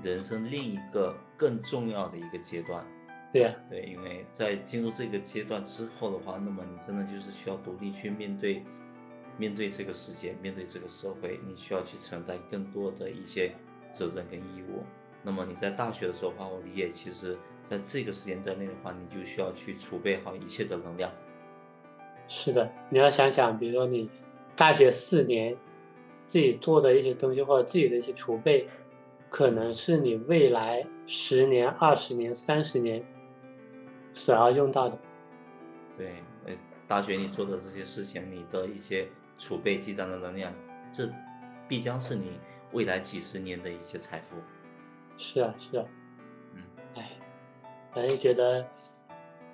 [SPEAKER 2] 人生另一个更重要的一个阶段，
[SPEAKER 1] 对呀、
[SPEAKER 2] 对，因为在进入这个阶段之后的话，那么你真的就是需要独立去面对，面对这个世界，面对这个社会，你需要去承担更多的一些责任跟义务。那么你在大学的时候的话，我理解，其实在这个时间段内的话，你就需要去储备好一切的能量。
[SPEAKER 1] 是的，你要想想，比如说你大学四年自己做的一些东西，或者自己的一些储备，可能是你未来十年、二十年、三十年所要用到的。
[SPEAKER 2] 对，呃，大学你做的这些事情，你的一些储备积攒的能量，这必将是你未来几十年的一些财富。
[SPEAKER 1] 是啊，是啊，
[SPEAKER 2] 嗯，
[SPEAKER 1] 哎，反正觉得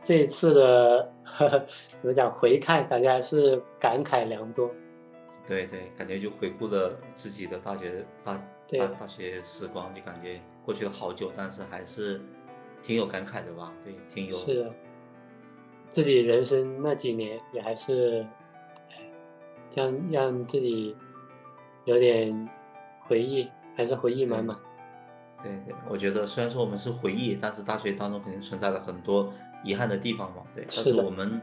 [SPEAKER 1] 这一次的 怎么讲回看，感觉还是感慨良多。
[SPEAKER 2] 对对，感觉就回顾了自己的大学大
[SPEAKER 1] 对
[SPEAKER 2] 大大学时光，就感觉过去了好久，但是还是挺有感慨的吧？对，挺有
[SPEAKER 1] 是的，自己人生那几年也还是，哎让让自己有点回忆，还是回忆
[SPEAKER 2] 嗯
[SPEAKER 1] 满满。
[SPEAKER 2] 对对，我觉得虽然说我们是回忆，但是大学当中肯定存在了很多遗憾的地方嘛。对，但
[SPEAKER 1] 是
[SPEAKER 2] 是
[SPEAKER 1] 的
[SPEAKER 2] 我们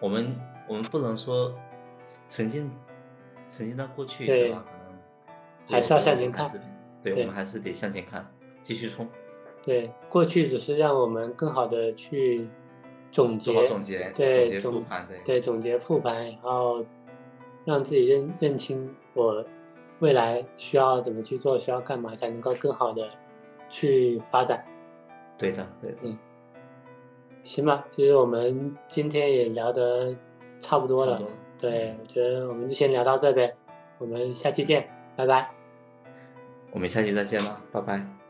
[SPEAKER 2] 我们我们不能说沉浸沉浸到过去，
[SPEAKER 1] 对
[SPEAKER 2] 吧？可能对
[SPEAKER 1] 还是要
[SPEAKER 2] 我觉得
[SPEAKER 1] 向前
[SPEAKER 2] 我
[SPEAKER 1] 看
[SPEAKER 2] 们还是得对，
[SPEAKER 1] 对
[SPEAKER 2] 我们还是得向前看，继续冲，
[SPEAKER 1] 对，过去只是让我们更好的去总
[SPEAKER 2] 做好
[SPEAKER 1] 结，
[SPEAKER 2] 总结，
[SPEAKER 1] 对
[SPEAKER 2] 总结
[SPEAKER 1] 总
[SPEAKER 2] 复盘，对
[SPEAKER 1] 对，总结复盘，然后让自己认认清我未来需要怎么去做，需要干嘛才能够更好的去发展。
[SPEAKER 2] 对的对的，
[SPEAKER 1] 行吧，其实我们今天也聊得差不多
[SPEAKER 2] 差
[SPEAKER 1] 了。
[SPEAKER 2] 不多嗯
[SPEAKER 1] 对，我觉得我们就先聊到这呗，我们下期见，拜拜。
[SPEAKER 2] 我们下期再见了，拜拜。